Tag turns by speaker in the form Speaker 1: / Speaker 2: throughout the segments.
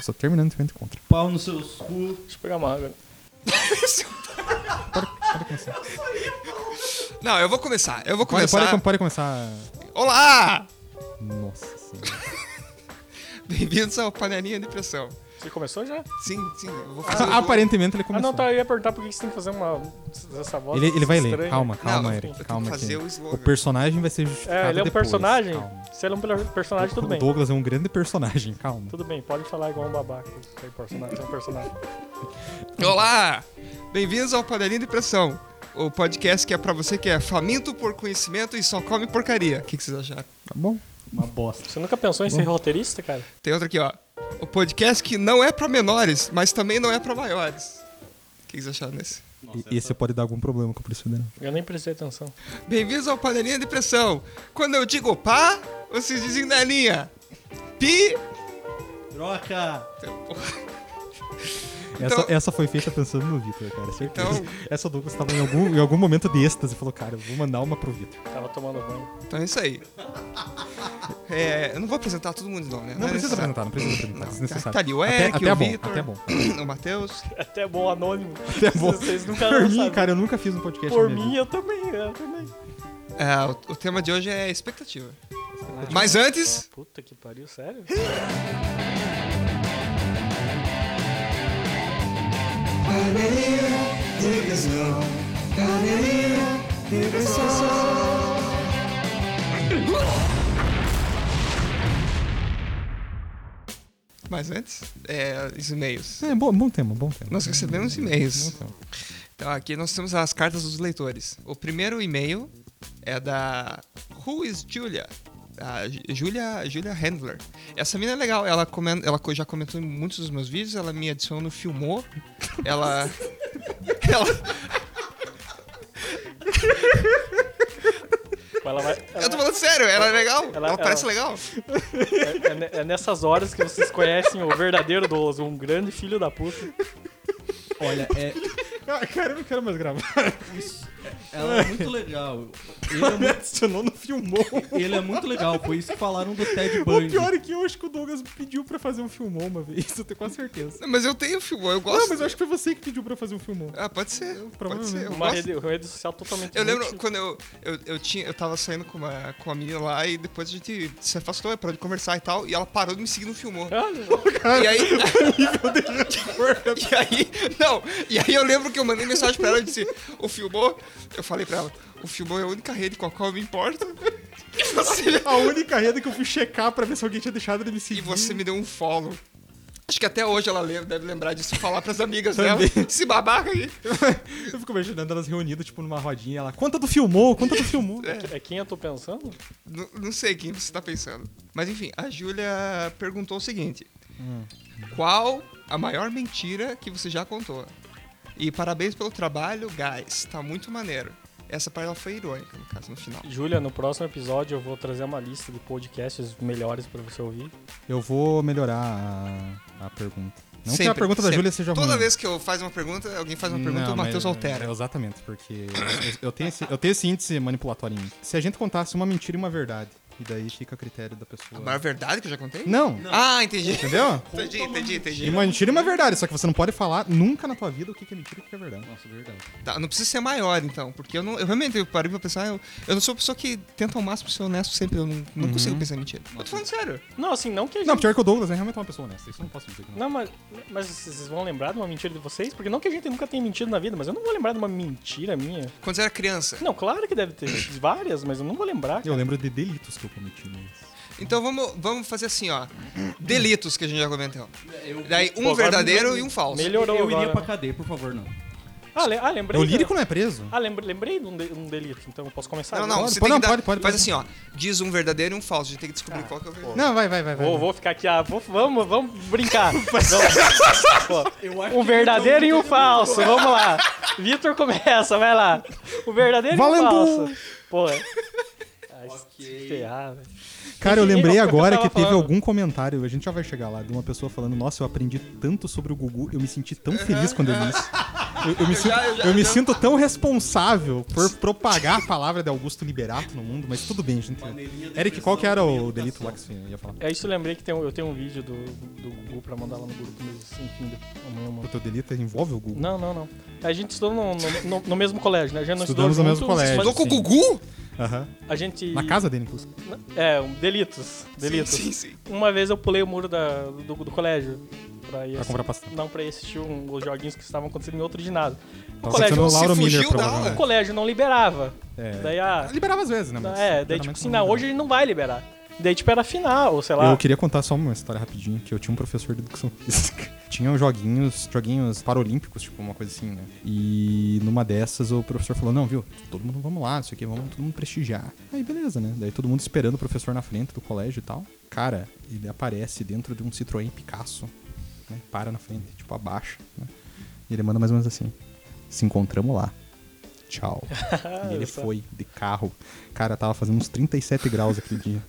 Speaker 1: Só terminando de frente contra.
Speaker 2: Pau no seu cu.
Speaker 3: Deixa eu pegar uma água.
Speaker 4: Não, eu vou começar. Eu vou
Speaker 1: Pode,
Speaker 4: começar.
Speaker 1: pode, com- pode começar.
Speaker 4: Olá!
Speaker 1: Nossa senhora.
Speaker 4: Bem-vindos ao Panelinha de Pressão.
Speaker 3: Você começou já?
Speaker 4: Sim, sim, eu vou fazer.
Speaker 1: Ah, Aparentemente ele
Speaker 3: Ah,
Speaker 1: começou.
Speaker 3: não, tá. Eu ia perguntar por que que você tem que fazer uma. Essa voz
Speaker 1: Ele, ele vai ler.
Speaker 3: estranha.
Speaker 1: Calma,
Speaker 4: Não,
Speaker 1: calma,
Speaker 4: eu
Speaker 1: Eric.
Speaker 4: tenho
Speaker 1: Calma
Speaker 4: que fazer o
Speaker 1: aqui.
Speaker 4: slogan.
Speaker 1: O personagem vai ser justificado
Speaker 3: É, ele é um
Speaker 1: depois.
Speaker 3: personagem.
Speaker 1: Calma.
Speaker 3: Se ele é um pelo- personagem, tudo
Speaker 1: O
Speaker 3: bem.
Speaker 1: Douglas é um grande personagem, calma.
Speaker 3: Tudo bem, pode falar igual um babaca. Tem personagem, tem personagem.
Speaker 4: Olá! Bem-vindos ao Panelinha de Pressão. O podcast que é pra você que é faminto por conhecimento e só come porcaria. O que, que vocês acharam?
Speaker 1: Tá bom?
Speaker 2: Uma bosta.
Speaker 3: Você nunca pensou em ser roteirista, cara?
Speaker 4: Tem outro aqui, ó. O podcast que não é pra menores, mas também não é pra maiores. O que, que vocês acharam desse?
Speaker 1: e esse pode dar algum problema com a Polícia Federal.
Speaker 3: Eu nem prestei atenção.
Speaker 4: Bem-vindos ao Panelinha de Pressão. Quando eu digo pá, vocês dizem na linha. Pi.
Speaker 2: Troca!
Speaker 1: Essa,
Speaker 4: Então-
Speaker 1: essa foi feita pensando no Vitor, cara, certeza.
Speaker 4: Então-
Speaker 1: Essa o Douglas tava em algum, em algum momento de êxtase e falou, cara, eu vou mandar uma pro Vitor.
Speaker 3: Tava tomando banho.
Speaker 4: Então é isso aí. É, eu não vou apresentar todo mundo de novo, né?
Speaker 1: Não precisa
Speaker 4: necessário.
Speaker 1: apresentar, não precisa apresentar, desnecessário.
Speaker 4: Tá ali o
Speaker 1: até,
Speaker 4: Eric,
Speaker 1: até é
Speaker 4: o
Speaker 1: bom,
Speaker 4: Vitor.
Speaker 1: até bom.
Speaker 4: O Matheus.
Speaker 3: Até bom anônimo.
Speaker 1: Até bom.
Speaker 3: Vocês nunca
Speaker 1: Por
Speaker 3: vão
Speaker 1: mim,
Speaker 3: saber.
Speaker 1: cara, eu nunca fiz um podcast
Speaker 3: Por
Speaker 1: na minha
Speaker 3: mim, eu também, eu também.
Speaker 4: É, o, o tema de hoje é expectativa. Mas antes,
Speaker 3: Puta que pariu, sério?
Speaker 4: mas antes, é, os e-mails.
Speaker 1: vida. É, bom, bom tema, bom tema.
Speaker 4: Nós recebemos
Speaker 1: Bom
Speaker 4: e-mails.
Speaker 1: tema.
Speaker 4: Então aqui nós temos as cartas dos leitores. O primeiro e-mail é da Who is Julia? A Ju- Julia, Julia Handler. Essa mina é legal, ela, comen- ela co- já comentou em muitos dos meus vídeos, ela me adicionou no Filmou. Ela. ela
Speaker 3: Tipo, Ela vai.
Speaker 4: eu tô falando sério, ela é legal. Ela,
Speaker 3: Ela-
Speaker 4: parece
Speaker 3: ela-
Speaker 4: legal.
Speaker 3: É, é ne- é nessas horas que vocês conhecem o verdadeiro Douglas, um grande filho da puta.
Speaker 2: Olha, é,
Speaker 1: Ah, cara, eu não quero mais gravar.
Speaker 2: isso- ela é muito legal. Ele é,
Speaker 1: Me adicionou no Filmou.
Speaker 2: mu- ele é muito legal, foi isso que falaram do Ted
Speaker 1: O
Speaker 2: Bundy.
Speaker 1: pior é que eu acho que o Douglas pediu pra fazer um Filmou uma vez, eu tenho quase certeza.
Speaker 4: Não, mas eu tenho Filmou, eu gosto.
Speaker 1: Não, mas eu acho que foi você que pediu pra fazer um Filmou.
Speaker 4: Ah, pode ser. Pode
Speaker 1: provavelmente.
Speaker 4: ser. Eu,
Speaker 3: Uma
Speaker 4: gosto.
Speaker 3: rede, uma rede social totalmente.
Speaker 4: Eu lembro
Speaker 3: inútil.
Speaker 4: quando eu, eu, eu, tinha, eu tava saindo com uma, com uma menina lá e depois a gente se afastou, parou de conversar e tal, e ela parou de me seguir no filmou.
Speaker 3: Olha,
Speaker 4: E aí. e aí. Não, e aí eu lembro que eu mandei mensagem pra ela e disse: O filmou. Eu falei pra ela: O filmou é a única rede com a qual eu me importo. E você,
Speaker 1: A única rede que eu fui checar pra ver se alguém tinha deixado ele me seguir.
Speaker 4: e você me deu um follow. Acho que até hoje ela lembra- deve lembrar disso, falar pras amigas
Speaker 1: Também.
Speaker 4: dela. Esse babaca aí.
Speaker 1: Eu fico imaginando elas reunidas, tipo, numa rodinha, ela, conta do filmou, conta do filmou.
Speaker 3: é quem eu tô pensando?
Speaker 4: N- Não sei quem você tá pensando. Mas enfim, a Júlia perguntou o seguinte: Qual a maior mentira que você já contou? E parabéns pelo trabalho, guys. Tá muito maneiro. Essa parte ela foi irônica, no caso, no final.
Speaker 3: Júlia, no próximo episódio eu vou trazer uma lista de podcasts melhores pra você ouvir.
Speaker 1: Eu vou melhorar a, a pergunta. Não que a
Speaker 4: Sempre,
Speaker 1: pergunta da
Speaker 4: sempre.
Speaker 1: Júlia seja ruim.
Speaker 4: Toda vez que eu faço uma pergunta, alguém faz uma pergunta,
Speaker 1: Não,
Speaker 4: o Matheus
Speaker 1: mas-
Speaker 4: altera.
Speaker 1: é, Exatamente, porque eu- eu tenho, esse, eu tenho esse índice manipulatório em mim. Se a gente contasse uma mentira e uma verdade, e daí fica a critério da pessoa.
Speaker 4: A maior verdade é que eu já contei?
Speaker 1: Não,
Speaker 4: Ah, entendi.
Speaker 1: entendeu?
Speaker 4: entendi, entendi,
Speaker 1: E
Speaker 4: entendi.
Speaker 1: uma mentira e uma verdade, só que você não pode falar nunca na tua vida o que que é mentira e o que é verdade.
Speaker 2: Nossa, verdade.
Speaker 4: Tá, não precisa ser maior, então, porque eu não. Eu realmente eu parei pra pensar, eu, eu não sou uma pessoa que tenta ao máximo ser honesto sempre, eu não,
Speaker 1: Uhum.
Speaker 4: não consigo pensar em mentira. Eu tô falando sério.
Speaker 3: Não, assim, não que a gente.
Speaker 1: Não, pior que o Douglas é realmente uma pessoa honesta, isso eu não posso dizer. que não.
Speaker 3: Não, mas, mas vocês vão lembrar de uma mentira de vocês? Porque não que a gente nunca tenha mentido na vida, mas eu não vou lembrar de uma mentira minha.
Speaker 4: Quando você era criança.
Speaker 3: Não, claro que deve ter várias, mas eu não vou lembrar.
Speaker 1: Eu lembro de delitos que eu cometi, mas...
Speaker 4: Então vamos, vamos fazer assim, ó. Delitos que a gente já comentou.
Speaker 2: Eu,
Speaker 4: Daí
Speaker 3: Pô,
Speaker 4: um
Speaker 3: agora
Speaker 4: verdadeiro
Speaker 3: me-
Speaker 4: e um falso.
Speaker 3: Melhorou
Speaker 2: eu iria
Speaker 3: agora.
Speaker 2: pra cadeia, por favor, não.
Speaker 3: Ah, le- ah, lembrei.
Speaker 1: O
Speaker 3: da-
Speaker 1: lírico não é preso?
Speaker 3: Ah, lembrei, lembrei de um, de- um delito, então eu posso começar?
Speaker 4: Não,
Speaker 3: agora?
Speaker 4: não,
Speaker 1: Pode,
Speaker 4: você
Speaker 1: pode,
Speaker 4: tem
Speaker 1: não,
Speaker 4: que dar,
Speaker 1: pode, pode,
Speaker 4: Faz
Speaker 1: pode. Tá.
Speaker 4: assim, ó. Diz um verdadeiro e um falso. A gente tem que descobrir qual que é o verdadeiro.
Speaker 1: Não, vai, vai, vai. vai.
Speaker 3: Vou, vou ficar aqui, ah, vou- vamos, vamos brincar. Vamos. Pô,
Speaker 2: Eu acho
Speaker 3: um verdadeiro e um falso, vamos lá. Vitor começa, vai lá. O verdadeiro
Speaker 1: Valendo!
Speaker 3: e o falso. Pô. é. Ai,
Speaker 2: Ok.
Speaker 3: se ferrar, velho.
Speaker 1: Cara, eu lembrei
Speaker 3: É o que eu
Speaker 1: agora
Speaker 3: tava
Speaker 1: que teve
Speaker 3: falando.
Speaker 1: algum comentário, a gente já vai chegar lá, de uma pessoa falando, nossa, eu aprendi tanto sobre o Gugu, eu me senti tão feliz quando eu li isso. Eu, eu me,
Speaker 4: Eu
Speaker 1: sinto,
Speaker 4: já- eu já-
Speaker 1: eu me
Speaker 4: já-
Speaker 1: sinto tão responsável por propagar a palavra de Augusto Liberato no mundo, mas tudo bem, gente.
Speaker 2: Maneirinha de
Speaker 1: Eric, qual que
Speaker 2: questão
Speaker 1: era
Speaker 2: de
Speaker 1: o
Speaker 2: educação.
Speaker 1: delito lá que você ia falar?
Speaker 3: É isso, eu lembrei que tem um- eu tenho um vídeo do, do Google pra mandar lá no grupo, mas enfim, de- amanhã eu
Speaker 1: O
Speaker 3: mando.
Speaker 1: teu delito envolve o Google.
Speaker 3: Não, não, não. A gente estudou no, no, no- no mesmo colégio, né? A gente não
Speaker 1: Estudamos
Speaker 3: estudou
Speaker 1: no mesmo
Speaker 3: junto,
Speaker 1: colégio.
Speaker 3: mas
Speaker 4: Tô com o
Speaker 1: sim.
Speaker 4: Gugu?
Speaker 1: Aham.
Speaker 3: A gente...
Speaker 1: Na casa dele, inclusive.
Speaker 3: É, um- delitos. Delitos.
Speaker 4: Sim, sim, sim.
Speaker 3: Uma vez eu pulei o muro da- do, do colégio. Pra, ir
Speaker 1: Pra comprar pastel.
Speaker 3: Não, pra ir assistir um- os joguinhos que estavam acontecendo em outro ginásio. O
Speaker 1: Tava
Speaker 3: colégio,
Speaker 1: assistindo o
Speaker 4: se
Speaker 1: Lauro
Speaker 4: fugiu
Speaker 1: Miller,
Speaker 4: da
Speaker 3: o
Speaker 1: provavelmente.
Speaker 3: colégio não liberava.
Speaker 1: É.
Speaker 3: Daí, ah,
Speaker 1: Liberava às vezes, né? mas
Speaker 3: é, daí
Speaker 1: geralmente
Speaker 3: tipo assim,
Speaker 1: não
Speaker 3: não,
Speaker 1: liberava.
Speaker 3: hoje ele não vai liberar. Daí tipo era final, ou sei lá.
Speaker 1: Eu queria contar só uma história rapidinho, que eu tinha um professor de educação física. Tinham joguinhos, joguinhos paralímpicos, tipo uma coisa assim, né? E numa dessas o professor falou, não, viu, todo mundo vamos lá, não sei o que, vamos todo mundo prestigiar. Aí beleza, né? Daí todo mundo esperando o professor na frente do colégio e tal. Cara, ele aparece dentro de um Citroën Picasso, né? Para na frente, tipo, abaixa, né? E ele manda mais ou menos assim, se encontramos lá. Tchau. E ele
Speaker 3: Essa-
Speaker 1: foi de carro. Cara, tava fazendo uns 37 graus aquele dia.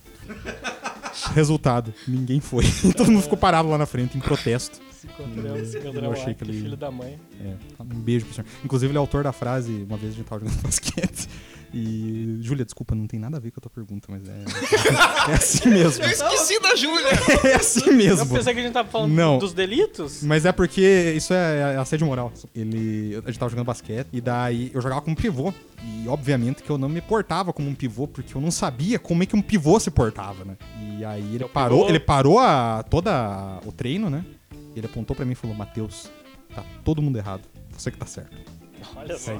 Speaker 1: Resultado, ninguém foi. Todo mundo ficou parado lá na frente em protesto.
Speaker 3: Se encontrou, se encontrou
Speaker 1: Hum, Eu
Speaker 3: lá,
Speaker 1: achei que
Speaker 3: que
Speaker 1: ele-
Speaker 3: filho da mãe.
Speaker 1: É, um beijo pro senhor. Inclusive, ele é autor da frase, uma vez a gente tava jogando basquete. E. Júlia, desculpa, não tem nada a ver com a tua pergunta, mas é. é assim mesmo.
Speaker 4: Eu esqueci da Júlia.
Speaker 1: É assim
Speaker 3: Eu
Speaker 1: mesmo.
Speaker 3: pensei que a gente tava falando
Speaker 1: Não.
Speaker 3: dos delitos.
Speaker 1: Mas é porque isso é assédio moral. Ele, a gente tava jogando basquete e daí eu jogava como pivô. E obviamente que eu não me portava como um pivô, porque eu não sabia como é que um pivô se portava, né? E aí ele
Speaker 3: É o
Speaker 1: parou,
Speaker 3: pivô.
Speaker 1: ele parou a, toda a- o treino, né? E ele apontou pra mim e falou: "Matheus, tá todo mundo errado. Você que tá certo". né?
Speaker 3: Olha só.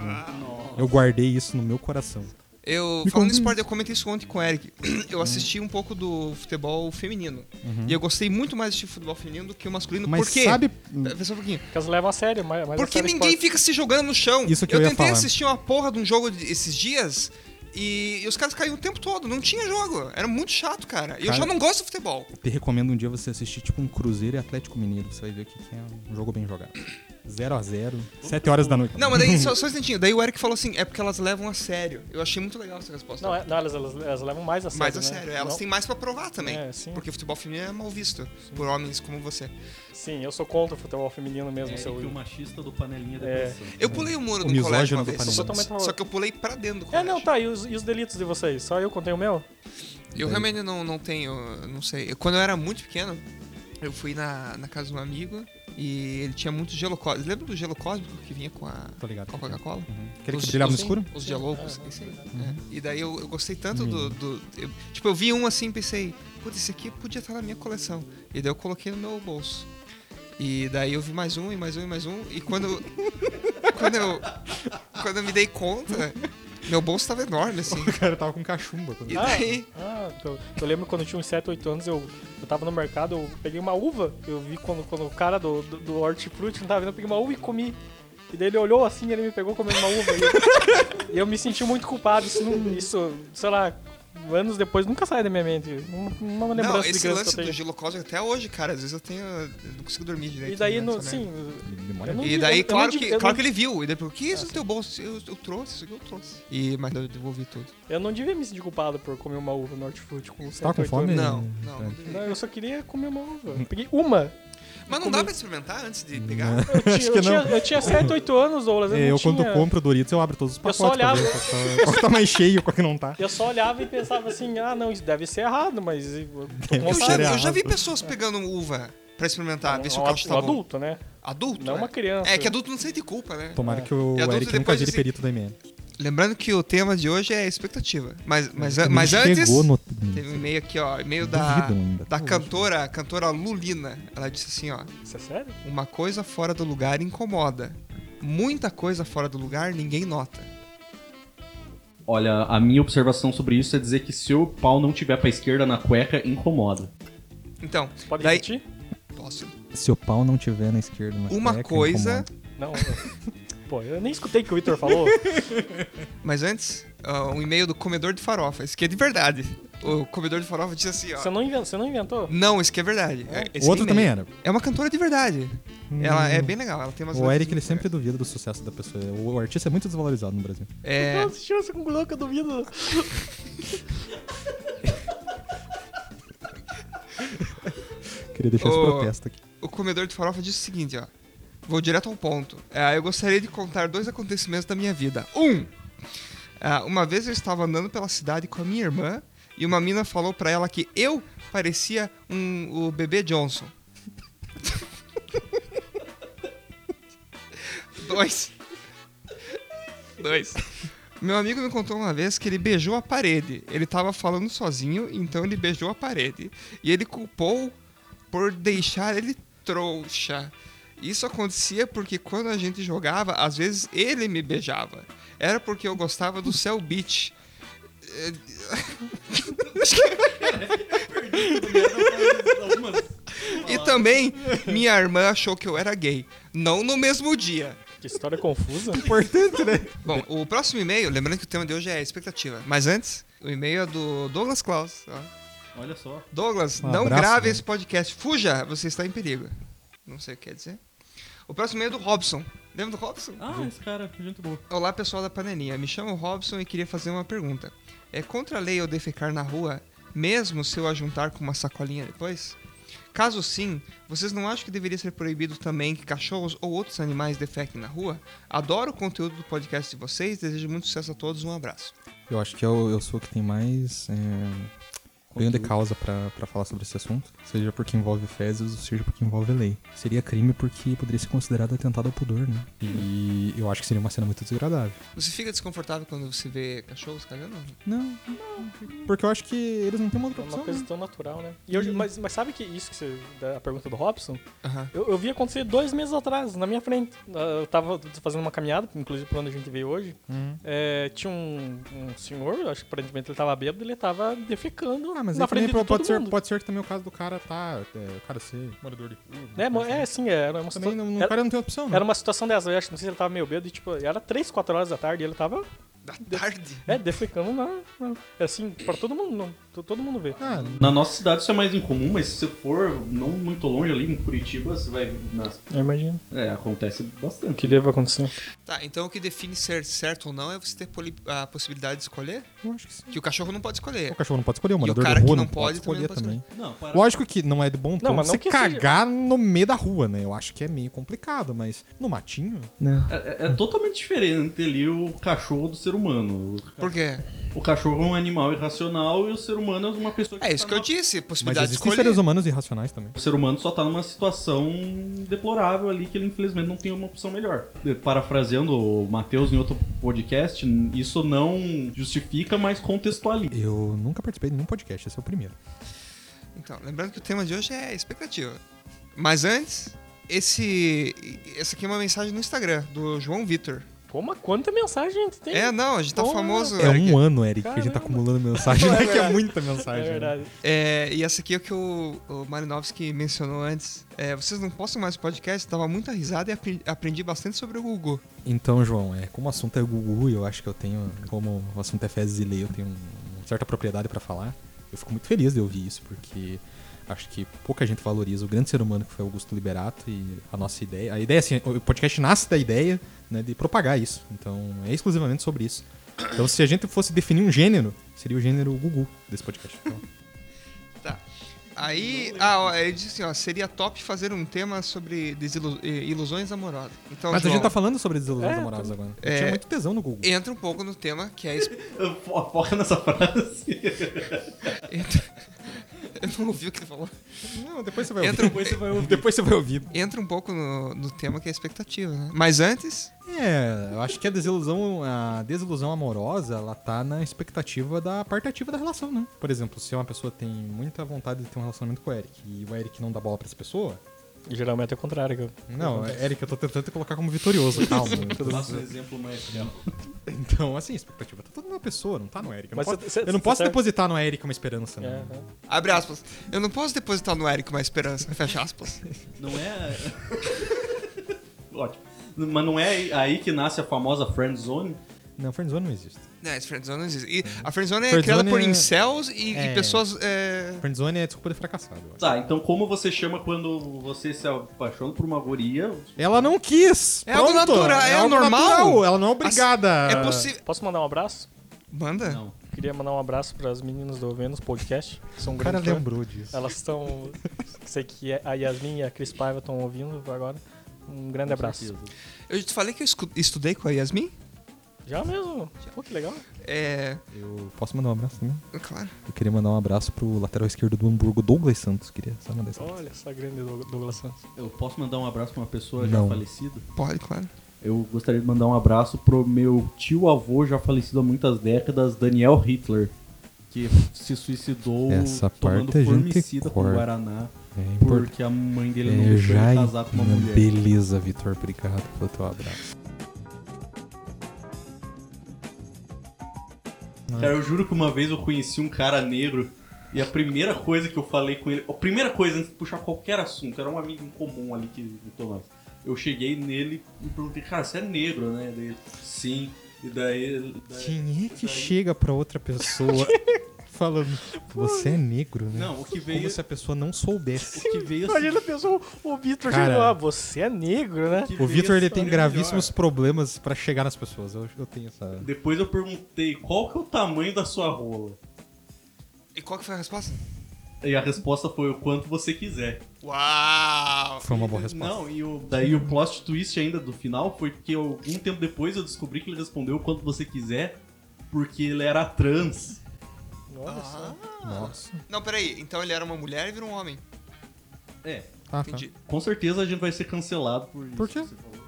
Speaker 1: Eu guardei isso no meu coração.
Speaker 4: Eu,
Speaker 1: Me Uhum.
Speaker 4: falando em
Speaker 1: convence.
Speaker 4: esporte, eu comentei isso ontem com o Eric. Eu assisti um pouco do futebol feminino. E eu gostei muito mais de assistir futebol feminino do que o masculino.
Speaker 1: Uhum. Mas
Speaker 4: por quê?
Speaker 1: sabe,
Speaker 4: Pensa só um pouquinho.
Speaker 3: Porque elas levam a sério, mas, mas a
Speaker 4: Porque
Speaker 3: sério
Speaker 4: ninguém
Speaker 3: esporte.
Speaker 4: fica se jogando no chão.
Speaker 1: Isso que eu ia
Speaker 4: tentei
Speaker 1: falar.
Speaker 4: assistir uma porra de um jogo de- esses dias e, e os caras caíam o tempo todo. Não tinha jogo. Era muito chato, cara. E eu
Speaker 1: Cara-
Speaker 4: já não gosto de futebol.
Speaker 1: te recomendo um dia você assistir tipo um Cruzeiro e Atlético Mineiro, você vai ver o que que é um jogo bem jogado. 0 a 0, 7 horas da noite.
Speaker 4: Não, mas daí, só, só um instantinho. Daí o Eric falou assim, é porque elas levam a sério. Eu achei muito legal essa resposta.
Speaker 3: Não, é- não elas, elas, elas levam mais a sério.
Speaker 4: mais a
Speaker 3: né?
Speaker 4: sério. Elas
Speaker 3: Não-
Speaker 4: têm mais pra provar também.
Speaker 3: É, sim.
Speaker 4: Porque o futebol feminino é mal visto por homens como você.
Speaker 3: Sim, eu sou contra o futebol feminino mesmo.
Speaker 1: É,
Speaker 2: Eric,
Speaker 3: seu...
Speaker 2: é o machista do panelinha da
Speaker 3: É.
Speaker 2: pressão.
Speaker 4: Eu pulei o muro
Speaker 1: O
Speaker 4: do colégio
Speaker 1: misógino
Speaker 4: uma
Speaker 1: do
Speaker 4: vez.
Speaker 1: Panamá.
Speaker 4: Só,
Speaker 3: Totalmente
Speaker 4: só que eu pulei pra dentro do
Speaker 3: É,
Speaker 4: colégio.
Speaker 3: não, tá. E os, e os delitos de vocês? Só eu contei o meu?
Speaker 4: Eu realmente não, não tenho, não sei. Eu- quando eu era muito pequeno, eu fui na, na casa de um amigo e ele tinha muito gelo cósmico. Lembra do gelo cósmico que vinha com a,
Speaker 1: Tô Tá ligado.
Speaker 4: com a Coca-Cola?
Speaker 1: Uhum. Aquele
Speaker 4: Os-
Speaker 1: que brilhava no
Speaker 4: os-
Speaker 1: escuro?
Speaker 4: Os dialogos, esse aí.
Speaker 3: Uhum.
Speaker 4: É. E daí eu, eu gostei tanto do. do- eu- tipo, eu vi um assim e pensei, putz, esse aqui podia estar na minha coleção. E daí eu coloquei no meu bolso. E daí eu vi mais um, e mais um, e mais um. E quando. quando eu. Quando eu me dei conta, meu bolso tava enorme, assim.
Speaker 1: O cara tava com cachumba. quando-
Speaker 4: E daí.
Speaker 3: Ah, eu, eu lembro quando eu tinha uns 7, 8 anos, eu, eu tava no mercado, eu peguei uma uva. Eu vi quando, quando o cara do, do, do hortifruti não tava vendo, eu peguei uma uva e comi. E daí ele olhou assim, ele me pegou comendo uma uva. e, eu, e eu me senti muito culpado. Isso, não- isso, sei lá, anos depois, nunca sai da minha mente. Uma, uma lembrança
Speaker 4: Não,
Speaker 3: de
Speaker 4: esse
Speaker 3: criança
Speaker 4: lance
Speaker 3: que eu
Speaker 4: do
Speaker 3: tenho.
Speaker 4: gelo cósmico até hoje, cara. Às vezes eu tenho. Eu não consigo dormir direito.
Speaker 3: E daí,
Speaker 4: né,
Speaker 3: no,
Speaker 4: essa merda.
Speaker 3: sim...
Speaker 1: Memória
Speaker 3: eu não
Speaker 4: E
Speaker 3: digo- eu
Speaker 4: daí,
Speaker 3: não Ah,
Speaker 4: claro,
Speaker 3: digo-
Speaker 4: que,
Speaker 3: eu
Speaker 4: claro
Speaker 3: não-
Speaker 4: que ele viu. E daí, por que isso no teu bolso? Eu, eu trouxe, isso aqui eu trouxe. E, mas eu devolvi tudo.
Speaker 3: Eu não devia me sentir culpado por comer uma uva no hortifruti com
Speaker 1: tá com
Speaker 3: 108
Speaker 1: fome?
Speaker 3: anos.
Speaker 4: Não,
Speaker 1: Hum,
Speaker 4: não.
Speaker 1: tá.
Speaker 4: não devolvi.
Speaker 3: Não, eu só queria comer uma uva. Eu Peguei uma.
Speaker 4: Mas não dá pra experimentar antes de pegar?
Speaker 3: Eu tinha,
Speaker 1: Acho que
Speaker 3: eu tinha,
Speaker 1: não.
Speaker 3: eu tinha 7, 8 anos, Douglas. Eu,
Speaker 1: É,
Speaker 3: não
Speaker 1: eu,
Speaker 3: tinha...
Speaker 1: quando compro Doritos, eu abro todos os
Speaker 3: Eu
Speaker 1: pacotes.
Speaker 3: só olhava.
Speaker 1: Pra ver qual, tá, qual tá mais cheio, qual que não tá.
Speaker 3: Eu só olhava e pensava assim, ah, não, isso deve ser errado, mas... Eu tô
Speaker 1: Deve
Speaker 4: Eu
Speaker 1: ser
Speaker 4: já,
Speaker 3: vontade.
Speaker 1: errado.
Speaker 4: eu já vi pessoas pegando uva pra experimentar, ver se
Speaker 3: um,
Speaker 4: o
Speaker 3: um
Speaker 4: cacho tá bom.
Speaker 3: adulto, né?
Speaker 4: Adulto?
Speaker 3: Não
Speaker 4: né?
Speaker 3: uma criança.
Speaker 4: É que adulto não sente culpa, né?
Speaker 1: Tomara que
Speaker 4: E
Speaker 1: o
Speaker 4: adulto
Speaker 1: Eric nunca
Speaker 4: depois
Speaker 1: vire
Speaker 4: desse-
Speaker 1: perito da IML.
Speaker 4: Lembrando que o tema de hoje é expectativa. Mas, mas, mas
Speaker 1: Ele
Speaker 4: antes.
Speaker 1: Chegou no...
Speaker 4: Teve um e-mail aqui, ó. E-mail da,
Speaker 1: Duvido ainda. tá
Speaker 4: da cantora, cantora Lulina. Ela disse assim, ó.
Speaker 3: Isso é sério?
Speaker 4: Uma coisa fora do lugar incomoda. Muita coisa fora do lugar ninguém nota.
Speaker 2: Olha, a minha observação sobre isso é dizer que se o pau não tiver pra esquerda na cueca, incomoda.
Speaker 4: Então,
Speaker 3: Pode
Speaker 4: Daí-
Speaker 3: repetir?
Speaker 4: posso.
Speaker 1: Se o pau não tiver na esquerda, na
Speaker 4: Uma
Speaker 1: cueca,
Speaker 4: coisa.
Speaker 1: É incomoda.
Speaker 3: Não. eu- Pô, eu nem escutei o que o Victor falou.
Speaker 4: Mas antes, ó, um e-mail do comedor de farofa. Isso aqui é de verdade. O comedor de farofa disse assim, ó.
Speaker 3: Você não inventou? Você não inventou?
Speaker 4: Não, isso que é verdade. É, esse
Speaker 1: é O outro
Speaker 4: é
Speaker 1: também
Speaker 4: e-mail.
Speaker 1: era. Hum.
Speaker 4: É uma cantora de verdade. Ela é bem legal, ela tem umas
Speaker 1: O Eric ele
Speaker 4: letras
Speaker 1: sempre
Speaker 4: muito
Speaker 1: duvida do sucesso da pessoa. O artista é muito desvalorizado no Brasil.
Speaker 4: legais.
Speaker 3: Não, você tirou essa conclusão que eu duvido.
Speaker 1: Queria deixar esse
Speaker 4: Ô.
Speaker 1: protesto aqui.
Speaker 4: É, o comedor de farofa disse o seguinte, ó. Vou direto ao ponto. Ah, eu gostaria de contar dois acontecimentos da minha vida. Um, ah, uma vez eu estava andando pela cidade com a minha irmã e uma mina falou pra ela que eu parecia um, o bebê Johnson. Dois. Dois. Meu amigo me contou uma vez que ele beijou a parede. Ele tava falando sozinho, então ele beijou a parede. E ele culpou por deixar ele trouxa. Isso acontecia porque quando a gente jogava, às vezes ele me beijava. Era porque eu gostava do Cell Beach. E também minha irmã achou que eu era gay. Não no mesmo dia.
Speaker 3: Que história confusa. É
Speaker 1: Importante, né?
Speaker 4: Bom, o próximo e-mail, lembrando que o tema de hoje é expectativa. Mas antes, o e-mail é do Douglas Klaus. ó.
Speaker 2: Olha só.
Speaker 4: Douglas,
Speaker 1: Um
Speaker 4: não
Speaker 1: abraço,
Speaker 4: grave
Speaker 1: velho.
Speaker 4: esse podcast. Fuja, você está em perigo. Não sei o que quer dizer. O próximo e-mail é do Robson. Lembra do Robson?
Speaker 2: Ah, esse cara, gente boa.
Speaker 4: Olá, pessoal da panelinha. Me chamo Robson e queria fazer uma pergunta. É contra a lei eu defecar na rua, mesmo se eu ajuntar com uma sacolinha depois? Caso sim, vocês não acham que deveria ser proibido também que cachorros ou outros animais defequem na rua? Adoro o conteúdo do podcast de vocês, desejo muito sucesso a todos, um abraço.
Speaker 1: Eu acho que eu, eu sou o que tem mais é, ganho de causa pra pra falar sobre esse assunto, seja porque envolve fezes ou seja porque envolve lei. Seria crime porque poderia ser considerado atentado ao pudor, né? E eu acho que seria uma cena muito desagradável.
Speaker 4: Você fica desconfortável quando você vê cachorros cagando?
Speaker 1: Não, porque eu acho que eles não têm uma
Speaker 3: É
Speaker 1: outra opção.
Speaker 3: uma coisa
Speaker 1: né?
Speaker 3: tão natural, né? E eu- mas, mas sabe que isso que você. da- A pergunta do Robson?
Speaker 4: Aham.
Speaker 3: Eu, eu vi acontecer dois meses atrás, na minha frente. Ah, Eu tava fazendo uma caminhada, inclusive por onde a gente veio hoje.
Speaker 1: Uhum.
Speaker 3: É, tinha um, um senhor, eu acho que aparentemente ele tava bêbado, ele tava defecando
Speaker 1: Ah, mas
Speaker 3: na
Speaker 1: aí também
Speaker 3: frente de
Speaker 1: pode,
Speaker 3: todo
Speaker 1: ser,
Speaker 3: mundo.
Speaker 1: pode ser que também o caso do cara tá. É, o cara ser morador de.
Speaker 3: É, mo- é, sim, era uma
Speaker 1: assim. Também
Speaker 3: situação.
Speaker 1: não, o
Speaker 3: era,
Speaker 1: cara não tem opção, né?
Speaker 3: era uma situação dessa, eu acho, não sei se ele tava meio bêbado, e, tipo, era 3, 4 horas da tarde e ele tava,
Speaker 4: Da tarde?
Speaker 3: é, defecando na, na- assim, pra todo mundo, não, to- todo mundo ver.
Speaker 1: Ah,
Speaker 2: Na nossa cidade isso é mais incomum, mas se você for não muito longe ali em Curitiba, você vai. nas-
Speaker 3: Eu imagino.
Speaker 2: É, acontece bastante.
Speaker 3: Que deva acontecer.
Speaker 4: Tá, então o que define ser certo ou não é você ter poli- a possibilidade de escolher?
Speaker 1: eu acho que sim.
Speaker 4: Que o cachorro não pode escolher.
Speaker 1: O cachorro não pode escolher, o
Speaker 4: o
Speaker 1: morador
Speaker 4: cara
Speaker 1: de rua
Speaker 4: que
Speaker 1: não
Speaker 4: não
Speaker 1: pode
Speaker 4: pode
Speaker 1: escolher
Speaker 4: também não
Speaker 1: também.
Speaker 4: pode
Speaker 2: Não, para.
Speaker 1: Lógico que não é de bom tom
Speaker 3: mas não
Speaker 1: você
Speaker 3: que
Speaker 1: cagar no meio da rua, né? Eu acho que é meio complicado, mas no matinho...
Speaker 2: É, é- é totalmente diferente ali o cachorro do ser humano. O ca-
Speaker 4: Por quê?
Speaker 2: O cachorro é um animal irracional e o ser humano é uma pessoa que.
Speaker 4: É
Speaker 2: tá
Speaker 4: isso que eu
Speaker 2: numa-
Speaker 4: disse,
Speaker 1: Mas
Speaker 4: possibilidade de
Speaker 1: existem
Speaker 4: escolher.
Speaker 1: seres humanos irracionais também.
Speaker 2: O ser humano só tá numa situação deplorável ali que ele infelizmente não tem uma opção melhor. Parafraseando o Matheus em outro podcast, isso não justifica, mas contextualiza.
Speaker 1: Eu nunca participei de nenhum podcast, esse é o primeiro. hum-,
Speaker 4: Então, lembrando que o tema de hoje é expectativa. Mas antes, esse essa aqui é uma mensagem no Instagram do João Vitor.
Speaker 3: Pô, mas quanta mensagem a gente tem.
Speaker 4: É, não, a gente tá
Speaker 3: Porra.
Speaker 4: famoso.
Speaker 1: É
Speaker 4: Eric.
Speaker 1: um ano, Eric, que a gente tá
Speaker 3: Caramba.
Speaker 1: acumulando mensagem, né? Que é muita mensagem.
Speaker 3: É
Speaker 1: né?
Speaker 3: verdade.
Speaker 4: É, e essa aqui é o que o, o Marinovski mencionou antes. É, vocês não postam mais podcast, tava muita risada e apre- aprendi bastante sobre o Gugu.
Speaker 1: Então, João, é, como o assunto é Gugu, e eu acho que eu tenho, como o assunto é fezes e lei, eu tenho um- uma certa propriedade pra falar. Eu fico muito feliz de ouvir isso, porque acho que pouca gente valoriza o grande ser humano que foi Augusto Liberato e a nossa ideia. A ideia, assim, o podcast nasce da ideia né, de propagar isso. Então, é exclusivamente sobre isso. Então, se a gente fosse definir um gênero, seria o gênero Gugu desse podcast. Então,
Speaker 4: Tá. Aí, ah, ó, ele disse assim, ó, seria top fazer um tema sobre desilu- eh, ilusões amorosas. Então,
Speaker 1: mas a
Speaker 4: João,
Speaker 1: gente tá falando sobre desilusões
Speaker 3: É,
Speaker 1: amorosas agora. Eu
Speaker 4: é-
Speaker 1: tinha muito tesão no Gugu.
Speaker 4: entra um pouco no tema que é es-
Speaker 2: Fo- Foca nessa frase.
Speaker 4: Entra... Eu não ouvi o que ele falou.
Speaker 1: Não, depois você vai
Speaker 4: Entra- um
Speaker 1: Depois você vai ouvir. Depois você vai ouvir.
Speaker 4: Entra um pouco no, no tema que é expectativa, né? Mas antes,
Speaker 1: É, eu acho que a desilusão, a desilusão amorosa, ela tá na expectativa da parte ativa da relação, né? Por exemplo, se uma pessoa tem muita vontade de ter um relacionamento com o Eric e o Eric não dá bola pra essa pessoa,
Speaker 3: Geralmente é o contrário. cara.
Speaker 1: não, Eric, eu tô tentando te colocar como vitorioso, calma.
Speaker 2: Faça um exemplo mais real.
Speaker 1: então, assim, a expectativa tá toda na pessoa, não tá no Eric. Eu não
Speaker 3: Mas
Speaker 1: posso,
Speaker 3: cê- cê-
Speaker 1: eu não
Speaker 3: cê tá
Speaker 1: posso
Speaker 3: sabe-
Speaker 1: depositar no Eric uma esperança, né?
Speaker 3: É, é.
Speaker 4: abre aspas. Eu não posso depositar no Eric uma esperança, fecha aspas.
Speaker 2: Não é. Ótimo. Mas não é aí que nasce a famosa friend zone?
Speaker 1: Não, friendzone não existe.
Speaker 4: Não, esse friendzone não existe. E a friendzone é
Speaker 1: Friendzone
Speaker 4: criada por
Speaker 1: é-
Speaker 4: incels e, e
Speaker 1: é.
Speaker 4: pessoas... é,
Speaker 1: Friendzone é desculpa de fracassado, eu acho.
Speaker 2: Tá, então como você chama quando você se apaixona por uma guria?
Speaker 1: Ela não quis!
Speaker 4: É algo
Speaker 1: pronto,
Speaker 4: natura- é
Speaker 1: algo
Speaker 4: normal.
Speaker 1: natural, Ela não é obrigada.
Speaker 4: É possível...
Speaker 3: Posso mandar um abraço?
Speaker 4: Manda?
Speaker 2: Não.
Speaker 3: Queria mandar um abraço para as meninas do Vênus Podcast. que São
Speaker 1: O cara
Speaker 3: grandes fãs.
Speaker 1: lembrou disso.
Speaker 3: é Elas estão. Sei que a Yasmin e a Cris Paiva estão ouvindo agora. Um grande abraço.
Speaker 4: Eu te falei que eu escu- estudei com a Yasmin?
Speaker 3: Já mesmo? Pô, que legal.
Speaker 4: É.
Speaker 1: Eu posso mandar um abraço também?
Speaker 4: Claro.
Speaker 1: Eu queria mandar um abraço pro lateral esquerdo do Hamburgo, Douglas Santos. Queria só mandar esse abraço.
Speaker 3: Olha essa grande Doug- Douglas Santos.
Speaker 2: Eu posso mandar um abraço pra uma pessoa
Speaker 1: Não.
Speaker 2: já falecida?
Speaker 4: Pode, claro.
Speaker 2: Eu gostaria de mandar um abraço pro meu tio-avô, já falecido há muitas décadas, Daniel Hitler, que se suicidou
Speaker 1: Essa
Speaker 2: tomando
Speaker 1: parte a gente
Speaker 2: formicida com
Speaker 1: corta.
Speaker 2: Guaraná,
Speaker 1: É importante.
Speaker 2: porque a mãe dele não
Speaker 1: É,
Speaker 2: deixou
Speaker 1: já
Speaker 2: ele casar com uma
Speaker 1: entendo.
Speaker 2: mulher.
Speaker 1: Beleza, Vitor. Obrigado pelo teu abraço.
Speaker 2: Cara, eu juro que uma vez eu conheci um cara negro e a primeira coisa que eu falei com ele, a primeira coisa antes de puxar qualquer assunto, era um amigo em comum ali que juntou nós. Eu cheguei nele e perguntei, cara, você é negro, né? Daí ele, sim. E daí. daí-
Speaker 1: Quem é que
Speaker 2: daí-
Speaker 1: chega pra outra pessoa falando, você é negro, né?
Speaker 2: Não, o que
Speaker 1: Como
Speaker 2: veio.
Speaker 1: se a pessoa não soubesse.
Speaker 2: O que veio
Speaker 3: Imagina a pessoa, o Vitor
Speaker 1: Cara.
Speaker 3: chegou lá, você é negro, né?
Speaker 2: que
Speaker 1: O Vitor
Speaker 2: veio
Speaker 1: ele tem
Speaker 2: melhor.
Speaker 1: gravíssimos problemas pra chegar nas pessoas. Eu, eu tenho essa.
Speaker 2: Depois eu perguntei qual que é o tamanho da sua rola.
Speaker 4: E qual que foi a resposta?
Speaker 2: E a resposta foi o quanto você quiser.
Speaker 4: Uau!
Speaker 1: Foi uma boa resposta.
Speaker 2: Não, e o, daí o plot twist ainda do final foi porque eu- um tempo depois eu descobri que ele respondeu o quanto você quiser, porque ele era trans.
Speaker 3: Olha só.
Speaker 1: Nossa.
Speaker 4: Não, peraí. Então ele era uma mulher e virou um homem.
Speaker 2: É,
Speaker 1: Tá, tá.
Speaker 4: Entendi.
Speaker 2: com certeza a gente vai ser cancelado por isso.
Speaker 1: Por quê?
Speaker 2: que você falou.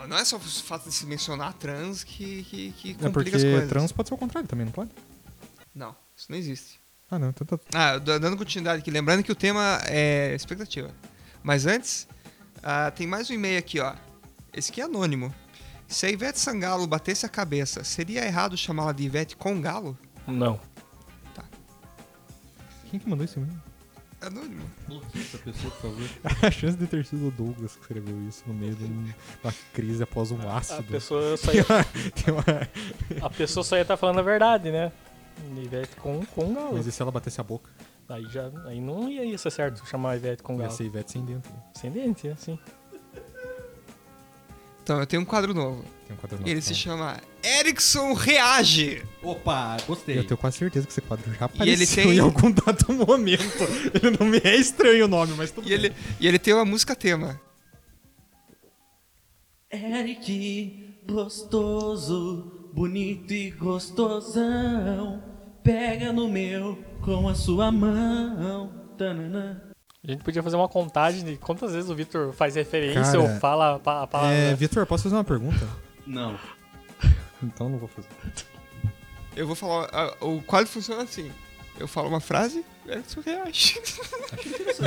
Speaker 4: Não, não é só o fato de se mencionar trans que, que, que complica
Speaker 1: É porque
Speaker 4: as coisas.
Speaker 1: trans pode ser o contrário também, não pode?
Speaker 4: Não, isso não existe.
Speaker 1: Ah, não. Então tá.
Speaker 4: Ah, eu tô dando continuidade aqui, lembrando que o tema é expectativa. Mas antes, ah, tem mais um e-mail aqui, ó. Esse aqui é anônimo. Se a Ivete Sangalo batesse a cabeça, seria errado chamá-la de Ivete Congalo?
Speaker 3: Não.
Speaker 1: Quem que mandou isso mesmo?
Speaker 4: Anônimo.
Speaker 2: Bloqueia essa pessoa, por favor.
Speaker 1: A chance de ter sido o Douglas que escreveu isso no meio de um- uma crise após um
Speaker 3: A
Speaker 1: ácido.
Speaker 3: pessoa só
Speaker 1: Tem
Speaker 3: ia,
Speaker 1: uma, tem uma-
Speaker 3: a pessoa só ia estar falando a verdade, né? Ivete com, com galo.
Speaker 1: Mas e se ela batesse a boca?
Speaker 3: Aí, já, aí não ia isso é certo, chamar a Ivete com
Speaker 1: Ia
Speaker 3: galo.
Speaker 1: ser Ivete sem dentro. né?
Speaker 3: Sem dente, assim.
Speaker 4: Então, eu tenho um quadro novo.
Speaker 1: Tem um quadro
Speaker 4: Ele
Speaker 1: novo,
Speaker 4: se
Speaker 1: né?
Speaker 4: chama Erickson Reage.
Speaker 2: Opa, gostei.
Speaker 1: Eu tenho quase certeza que esse quadro já
Speaker 4: E ele
Speaker 1: apareceu
Speaker 4: tem-
Speaker 1: em algum dado momento. ele não me é estranho o nome, mas tudo
Speaker 4: E ele, e ele tem uma música tema.
Speaker 2: Eric, gostoso, bonito e gostosão, pega no meu com a sua mão. Tananã.
Speaker 3: A gente podia fazer uma contagem de quantas vezes o Vitor faz referência
Speaker 1: Cara,
Speaker 3: ou fala pa- a palavra.
Speaker 1: É, Vitor, posso fazer uma pergunta?
Speaker 2: Não.
Speaker 1: Então não vou fazer.
Speaker 4: Eu vou falar. ah, o quadro funciona assim. Eu falo uma frase, é o Erickson reage.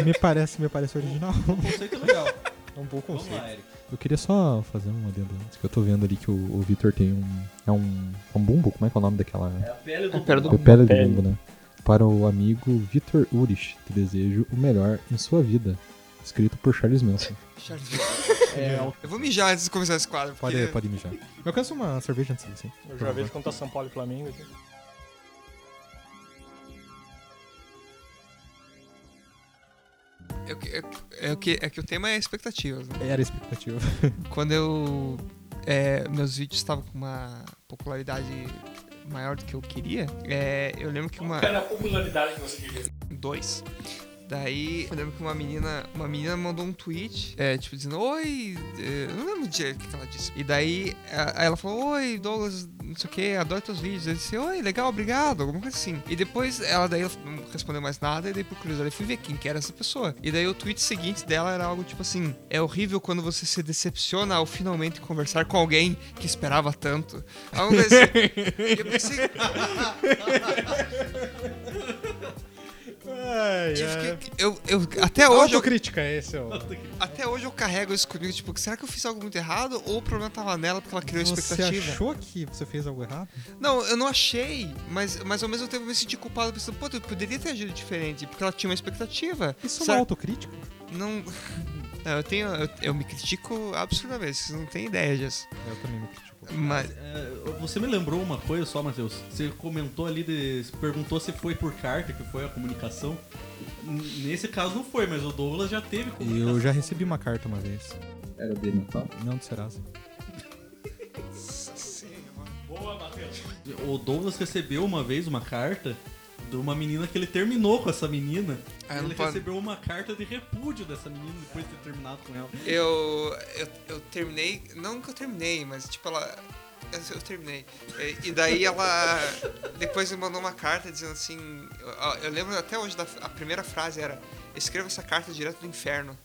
Speaker 1: Me parece, me parece original.
Speaker 2: Conceito legal.
Speaker 1: É um bom
Speaker 2: Vamos
Speaker 1: conceito.
Speaker 2: lá, Eric.
Speaker 1: Eu queria só fazer um adendo antes, que eu tô vendo ali que o, o Vitor tem um. É um. É um bumbo? Como é que é o nome daquela.
Speaker 2: É a pele do.
Speaker 4: É a pele do-
Speaker 1: Pepele do
Speaker 3: pele.
Speaker 1: bumbo, né? Para o amigo Vitor Urich, te desejo o melhor em sua vida. Escrito por Charles Manson.
Speaker 2: É,
Speaker 1: né?
Speaker 2: o-
Speaker 4: Eu vou mijar antes de começar esse quadro.
Speaker 1: Pode,
Speaker 4: porque-
Speaker 1: pode mijar. Eu alcanço uma cerveja antes disso, hein?
Speaker 3: Eu já vejo contra São Paulo e Flamengo. assim. aqui.
Speaker 4: Eu que- eu que- é, o que, é que o tema é expectativas. né?
Speaker 1: Era a expectativa.
Speaker 4: Quando eu. é, meus vídeos estavam com uma popularidade maior do que eu queria, é, eu lembro que uma.
Speaker 3: a popularidade que você queria?
Speaker 4: Dois. Daí, eu lembro que uma menina, uma menina mandou um tweet, é, tipo, dizendo, oi, é, eu não lembro o dia que ela disse. E daí, a- aí ela falou, oi, Douglas, não sei o que, adoro teus vídeos. Eu disse, oi, legal, obrigado, alguma coisa assim. E depois, ela daí ela não respondeu mais nada, e daí por curiosidade eu fui ver quem que era essa pessoa. E daí o tweet seguinte dela era algo tipo assim, é horrível quando você se decepciona ao finalmente conversar com alguém que esperava tanto. Alguma coisa assim. E eu pensei, tive que- eu, eu, até hoje... eu-
Speaker 1: Autocrítica, esse é o.
Speaker 4: Até hoje eu carrego isso comigo, tipo, será que eu fiz algo muito errado ou o problema tava nela porque ela criou
Speaker 1: Você
Speaker 4: expectativa?
Speaker 1: achou que você fez algo errado?
Speaker 4: Não, eu não achei, mas, mas ao mesmo tempo eu me senti culpado pensando, pô, eu poderia ter agido diferente, porque ela tinha uma expectativa.
Speaker 1: Isso é uma
Speaker 4: Será-
Speaker 1: autocrítica?
Speaker 4: Não. Não, eu tenho. Eu, eu me critico absurdamente, vocês não têm ideia disso.
Speaker 1: Eu também me critico.
Speaker 4: Mas.
Speaker 2: é, você me lembrou uma coisa só, Matheus. Você comentou ali, de, você perguntou se foi por carta, que foi a comunicação. N- Nesse caso não foi, mas o Douglas já teve comunicação.
Speaker 1: Eu já recebi uma carta uma vez.
Speaker 2: Era de Natal.
Speaker 1: Não do Serasa.
Speaker 2: O Douglas recebeu uma vez uma carta de uma menina que ele terminou com essa menina.
Speaker 4: Ah, eu
Speaker 2: ele
Speaker 4: não posso-
Speaker 2: recebeu uma carta de repúdio dessa menina depois de ter terminado com ela.
Speaker 4: Eu, eu, eu terminei, não que eu terminei, mas tipo, ela. Eu, eu terminei. E- E daí ela depois me mandou uma carta dizendo assim. Eu, eu lembro até hoje da a primeira frase era: Escreva essa carta direto do inferno.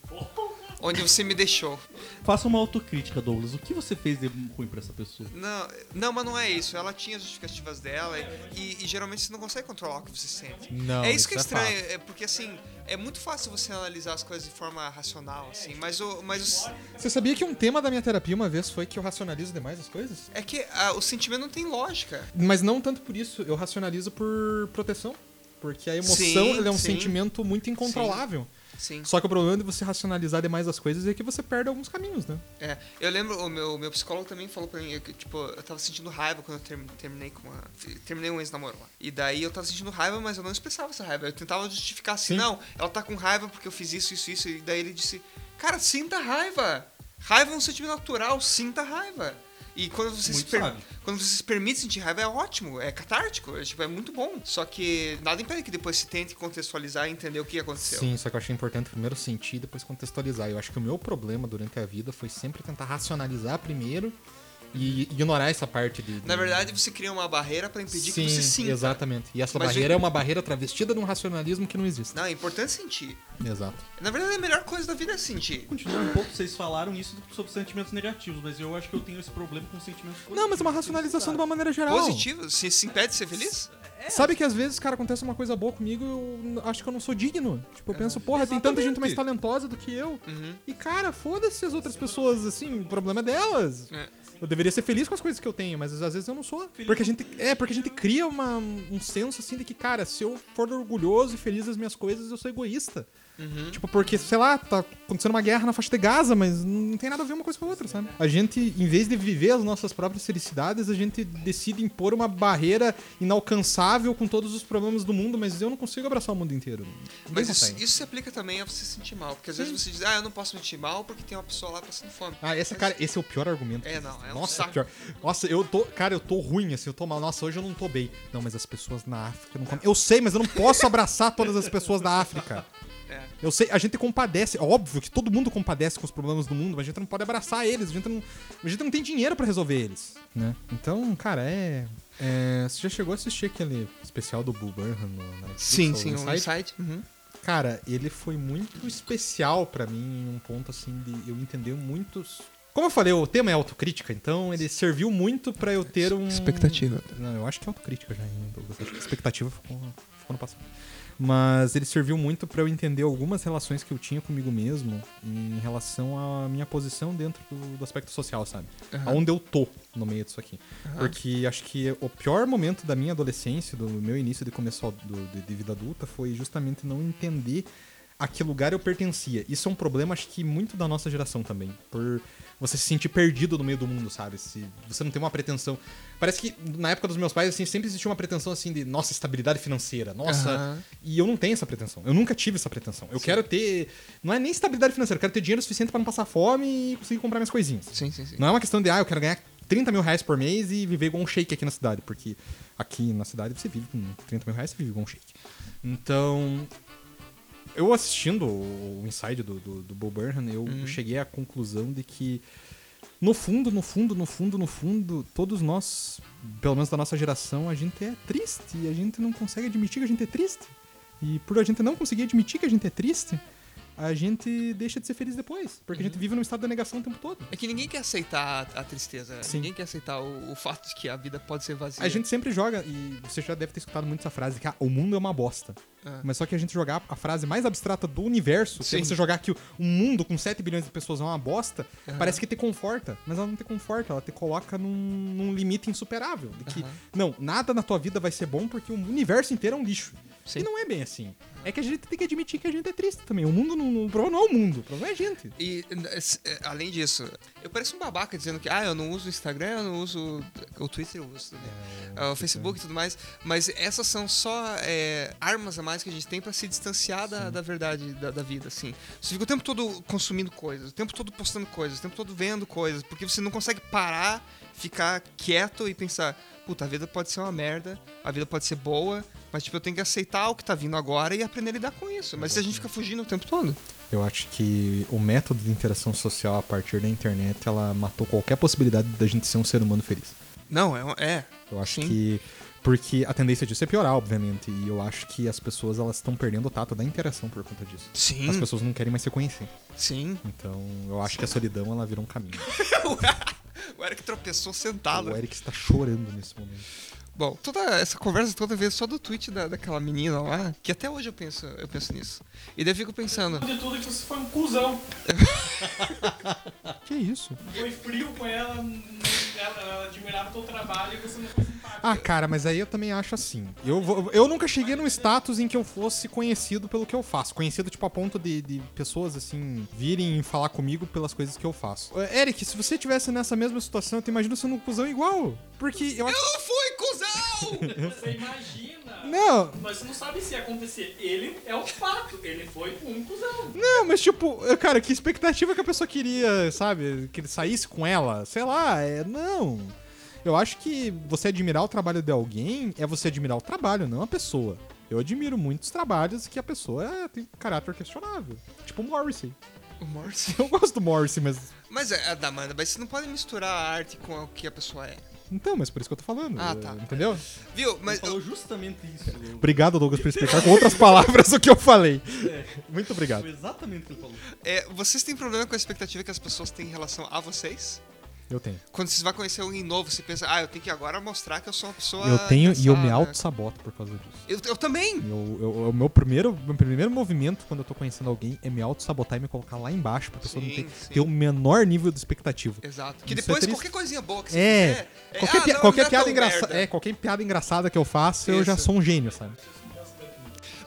Speaker 4: Onde você me deixou.
Speaker 2: Faça uma autocrítica, Douglas. O que você fez de ruim pra essa pessoa?
Speaker 4: Não, não, mas não é isso. Ela tinha as justificativas dela e, e- e geralmente você não consegue controlar o que você sente.
Speaker 1: Não,
Speaker 4: é isso que é
Speaker 1: isso é
Speaker 4: estranho, é porque assim, é muito fácil você analisar as coisas de forma racional, assim, mas o. Mas o
Speaker 1: Você sabia que um tema da minha terapia uma vez foi que eu racionalizo demais as coisas?
Speaker 4: é que ah, o sentimento não tem lógica.
Speaker 1: Mas não tanto por isso, eu racionalizo por proteção. Porque a emoção
Speaker 4: Sim,
Speaker 1: ela é um
Speaker 4: sim.
Speaker 1: sentimento muito incontrolável.
Speaker 4: Sim.
Speaker 1: Só que o problema de você racionalizar demais as coisas é que você perde alguns caminhos, né?
Speaker 4: É, eu lembro, o meu, meu psicólogo também falou pra mim, eu, que, tipo, eu tava sentindo raiva quando eu term- terminei com a. Terminei um ex-namoro lá. E daí eu tava sentindo raiva, mas eu não expressava essa raiva. Eu tentava justificar assim, não, ela tá com raiva porque eu fiz isso, isso, isso. E daí ele disse, cara, sinta raiva. Raiva é um sentimento natural, sinta raiva. E quando você, se
Speaker 2: Muito
Speaker 4: per-
Speaker 2: sábio.
Speaker 4: quando você se permite sentir raiva é ótimo, é catártico, é, tipo, é muito bom. Só que nada impede que depois se tente contextualizar e entender o que aconteceu.
Speaker 1: Sim, só que eu achei importante primeiro sentir e depois contextualizar. Eu acho que o meu problema durante a vida foi sempre tentar racionalizar primeiro e ignorar essa parte de.
Speaker 4: Na verdade, você cria uma barreira pra impedir
Speaker 1: Sim,
Speaker 4: que você sinta.
Speaker 1: Exatamente. E essa
Speaker 4: Mas
Speaker 1: barreira
Speaker 4: eu-
Speaker 1: é uma barreira travestida de um racionalismo que não existe.
Speaker 4: Não, é importante sentir.
Speaker 1: Exato.
Speaker 4: Na verdade, a melhor coisa da vida é sentir.
Speaker 2: Continuando um pouco, vocês falaram isso sobre sentimentos negativos, mas eu acho que eu tenho esse problema com sentimentos positivos.
Speaker 1: Não, mas é uma racionalização de uma maneira geral.
Speaker 4: Positivo, se, se impede de ser feliz?
Speaker 1: Sabe que às vezes, cara, acontece uma coisa boa comigo e eu n- acho que eu não sou digno. Tipo, eu penso, porra, tem tanta gente mais talentosa do que eu. E, cara, foda-se as outras pessoas, assim, o problema é delas.
Speaker 4: É.
Speaker 1: Eu deveria ser feliz com as coisas que eu tenho, mas às vezes eu não sou. Porque a gente. É, porque a gente cria uma- um senso assim de que, cara, se eu for orgulhoso e feliz das minhas coisas, eu sou egoísta.
Speaker 4: Uhum.
Speaker 1: Tipo, porque, sei lá, tá acontecendo uma guerra na faixa de Gaza, mas não tem nada a ver uma coisa com a outra, sabe? A gente, em vez de viver as nossas próprias felicidades, a gente decide impor uma barreira inalcançável com todos os problemas do mundo, mas eu não consigo abraçar o mundo inteiro. Ninguém
Speaker 4: Mas isso,
Speaker 1: consegue.
Speaker 4: isso se aplica também a você se sentir mal. Porque às vezes você diz, ah, eu não posso me sentir mal porque tem uma pessoa lá passando fome.
Speaker 1: Ah, esse, cara, esse é o pior argumento.
Speaker 4: É,
Speaker 1: que
Speaker 4: não,
Speaker 1: existe.
Speaker 4: é um
Speaker 1: Nossa,
Speaker 4: saco.
Speaker 1: pior. Nossa, eu tô. Cara, eu tô ruim, assim, eu tô mal. Nossa, hoje eu não tô bem. Não, mas as pessoas na África não comem. Eu sei, mas eu não posso abraçar todas as pessoas da África.
Speaker 4: É.
Speaker 1: Eu sei, a gente compadece, é óbvio que todo mundo compadece com os problemas do mundo, mas a gente não pode abraçar eles, a gente não, a gente não tem dinheiro pra resolver eles, né? Então, cara, é, é, Você já chegou a assistir aquele especial do Bull Burnham no Netflix? ou no
Speaker 4: um
Speaker 1: Inside?
Speaker 4: insight. Uhum.
Speaker 1: Cara, ele foi muito especial pra mim em um ponto assim de eu entender muitos. Como eu falei, o tema é autocrítica, então ele serviu muito pra eu ter um.
Speaker 4: Expectativa.
Speaker 1: Não, eu acho que é autocrítica já, hein, Douglas? Acho que expectativa ficou, ficou no passado. Mas ele serviu muito pra eu entender algumas relações que eu tinha comigo mesmo em relação à minha posição dentro do, do aspecto social, sabe? Aonde eu tô no meio disso aqui. Porque acho que o pior momento da minha adolescência, do meu início de começo do- de, de vida adulta, foi justamente não entender a que lugar eu pertencia. Isso é um problema, acho que muito da nossa geração também. Por você se sentir perdido no meio do mundo, sabe? Se você não tem uma pretensão. Parece que na época dos meus pais, assim, sempre existia uma pretensão assim de, nossa, estabilidade financeira, nossa.
Speaker 4: Aham.
Speaker 1: E eu não tenho essa pretensão. Eu nunca tive essa pretensão. Eu quero ter. Não é nem estabilidade financeira, eu quero ter dinheiro suficiente pra não passar fome e conseguir comprar minhas coisinhas.
Speaker 4: Sim, sim, sim.
Speaker 1: Não é uma questão de, ah, eu quero ganhar 30 mil reais por mês e viver igual um shake aqui na cidade, porque aqui na cidade você vive com 30 mil reais, você vive igual um shake. Então, eu assistindo o o Inside do, do, do Bo Burnham, eu cheguei à conclusão de que, no fundo, no fundo, no fundo, no fundo, todos nós, pelo menos da nossa geração, a gente é triste e a gente não consegue admitir que a gente é triste. E por a gente não conseguir admitir que a gente é triste, a gente deixa de ser feliz depois, porque a gente vive num estado de negação o tempo todo.
Speaker 4: É que ninguém quer aceitar a, a tristeza. né?
Speaker 1: Sim.
Speaker 4: Ninguém quer aceitar o, o fato de que a vida pode ser vazia.
Speaker 1: A gente sempre joga, e você já deve ter escutado muito essa frase, que ah, o mundo é uma bosta.
Speaker 4: Ah.
Speaker 1: Mas só que a gente jogar a frase mais abstrata do universo, se
Speaker 4: Sim.
Speaker 1: você jogar que o o mundo com 7 bilhões de pessoas é uma bosta, parece que te conforta. Mas ela não te conforta, ela te coloca num, num limite insuperável. De que, não, nada na tua vida vai ser bom porque o universo inteiro é um lixo.
Speaker 4: Sim. Ah.
Speaker 1: E não é bem assim. É que a gente tem que admitir que a gente é triste também. O mundo não, não, o problema não é o mundo, o problema é a gente.
Speaker 4: E, n- s- eh, além disso, eu pareço um babaca dizendo que, ah, eu não uso o Instagram, eu não uso o Twitter, eu uso também. Ah, o Facebook e tudo mais. Mas essas são só eh, armas a mais que a gente tem pra se distanciar da, da verdade da, da vida, assim. Você fica o tempo todo consumindo coisas, o tempo todo postando coisas, o tempo todo vendo coisas, porque você não consegue parar, ficar quieto e pensar, puta, a vida pode ser uma merda, a vida pode ser boa, mas tipo, eu tenho que aceitar o que tá vindo agora e aprender a lidar com isso. Mas se a gente fica fugindo o tempo todo.
Speaker 1: Eu acho que o método de interação social a partir da internet, ela matou qualquer possibilidade da gente ser um ser humano feliz.
Speaker 4: Não, é. um- é.
Speaker 1: Eu acho
Speaker 4: Sim.
Speaker 1: que. Porque a tendência disso é piorar, obviamente. E eu acho que as pessoas elas estão perdendo o tato da interação por conta disso.
Speaker 4: Sim.
Speaker 1: As pessoas não querem mais se conhecer.
Speaker 4: Sim.
Speaker 1: Então, eu acho que a solidão ela virou um caminho.
Speaker 4: O Eric tropeçou sentado.
Speaker 1: O Eric está chorando nesse momento.
Speaker 4: Bom, toda essa conversa toda vez só do tweet da, daquela menina lá, que até hoje eu penso, eu penso nisso. E daí eu fico pensando,
Speaker 3: De tudo que você foi um cuzão.
Speaker 1: Que isso?
Speaker 3: Foi frio com ela, ela, ela admirava o teu trabalho e você não foi simpático.
Speaker 1: Ah, cara, mas aí eu também acho assim. Eu, vou- eu nunca cheguei num status em que eu fosse conhecido pelo que eu faço. Conhecido, tipo, a ponto de, de pessoas, assim, virem falar comigo pelas coisas que eu faço. Ô, Eric, se você tivesse nessa mesma situação, eu te imagino sendo um cuzão igual. Porque eu acho.
Speaker 4: eu fui cuzão!
Speaker 3: Você imagina.
Speaker 1: Não,
Speaker 3: Mas você não sabe se ia acontecer. Ele é o fato. Ele foi um cuzão.
Speaker 1: Não, mas tipo, cara, que expectativa que a pessoa queria, sabe? Que ele saísse com ela? Sei lá, é. Não. Eu acho que você admirar o trabalho de alguém é você admirar o trabalho, não a pessoa. Eu admiro muitos trabalhos que a pessoa é, tem caráter questionável. Tipo o Morrissey.
Speaker 4: o Morse.
Speaker 1: Eu gosto do Morrissey, mas.
Speaker 4: Mas, é, é, Damanda, mas você não pode misturar a arte com o que a pessoa é.
Speaker 1: Então, mas por isso que eu tô falando.
Speaker 4: Ah,
Speaker 1: eh,
Speaker 4: tá.
Speaker 1: Entendeu?
Speaker 4: Viu? Mas,
Speaker 1: Então-
Speaker 2: Falou justamente
Speaker 1: É,
Speaker 2: isso. Leandro.
Speaker 1: Obrigado, Douglas, por explicar com outras palavras o que eu falei. Muito
Speaker 2: Foi
Speaker 1: obrigado.
Speaker 2: exatamente o que ele falou.
Speaker 4: é, vocês têm problema com a expectativa que as pessoas têm em relação a vocês?
Speaker 1: Eu tenho.
Speaker 4: Quando vocês vão conhecer alguém novo, você pensa, ah, eu tenho que agora mostrar que eu sou uma pessoa...
Speaker 1: Eu tenho e eu me
Speaker 4: pensada."
Speaker 1: auto-saboto por causa disso.
Speaker 4: Eu, eu também!
Speaker 1: Eu, eu- o meu primeiro, meu primeiro movimento quando eu tô conhecendo alguém é me auto-sabotar e me colocar lá embaixo pra pessoa não
Speaker 4: Sim,
Speaker 1: ter,
Speaker 4: sim.
Speaker 1: ter o menor nível de expectativa.
Speaker 4: Exato. Que
Speaker 1: Isso é
Speaker 4: depois
Speaker 1: triste.
Speaker 4: qualquer coisinha boa que você
Speaker 1: É.
Speaker 4: fizer, é,
Speaker 1: Qualquer,
Speaker 4: "Ah,
Speaker 1: pia-
Speaker 4: não,
Speaker 1: qualquer
Speaker 4: não é
Speaker 1: piada
Speaker 4: tão
Speaker 1: engraçada,
Speaker 4: merda."
Speaker 1: é, qualquer piada engraçada que eu faço, eu já
Speaker 4: Isso.
Speaker 1: sou um gênio, sabe?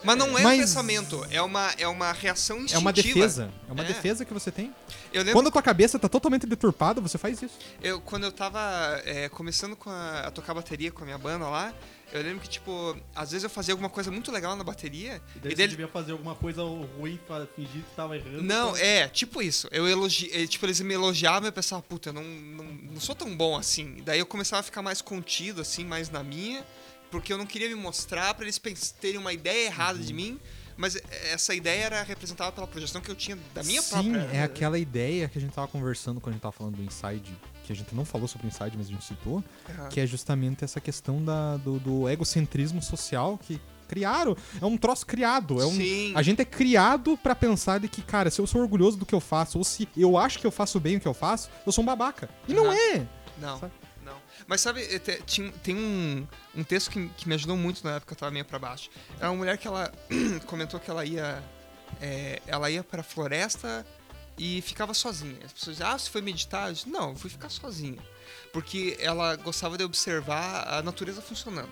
Speaker 4: Mas não é
Speaker 1: Mas-
Speaker 4: um pensamento, é uma, é uma reação
Speaker 1: É
Speaker 4: instintiva.
Speaker 1: uma defesa, é uma
Speaker 4: É.
Speaker 1: defesa que você tem.
Speaker 4: Eu lembro
Speaker 1: Quando a tua cabeça tá totalmente deturpada, você faz isso.
Speaker 4: eu, quando eu tava é, começando com a, a tocar bateria com a minha banda lá, eu lembro que, tipo, às vezes eu fazia alguma coisa muito legal na bateria
Speaker 2: E
Speaker 4: e
Speaker 2: daí você
Speaker 4: dele.
Speaker 2: devia fazer alguma coisa ruim pra fingir que tava errando.
Speaker 4: Não, é, tipo isso. Eu elogi... eh, Tipo, eles me elogiavam e eu pensava, puta, eu não, não, não sou tão bom assim. Daí eu começava a ficar mais contido, assim, mais na minha, porque eu não queria me mostrar pra eles pens- terem uma ideia errada
Speaker 1: Uhum.
Speaker 4: de mim. Mas eh, essa ideia era representada pela projeção que eu tinha da minha
Speaker 1: Sim,
Speaker 4: própria. né?
Speaker 1: é aquela ideia que a gente tava conversando quando a gente tava falando do Inside, que a gente não falou sobre o Inside, mas a gente citou.
Speaker 4: Aham.
Speaker 1: que é justamente essa questão da- do, do egocentrismo social que criaram. É um troço criado. É um,
Speaker 4: Sim.
Speaker 1: A gente é criado pra pensar de que, cara, se eu sou orgulhoso do que eu faço, ou se eu acho que eu faço bem o que eu faço, eu sou um babaca. E não
Speaker 4: Aham.
Speaker 1: é!
Speaker 4: Não,
Speaker 1: Sabe?
Speaker 4: não. Mas sabe, eh, te- tinha- tem um, um texto que, que me ajudou muito na época que eu tava meio pra baixo. Era uma mulher que ela comentou que ela ia. eh, ela ia pra floresta e ficava sozinha. As pessoas diziam, ah, você foi meditar? Eu disse, não, eu fui ficar sozinha. Porque ela gostava de observar a natureza funcionando.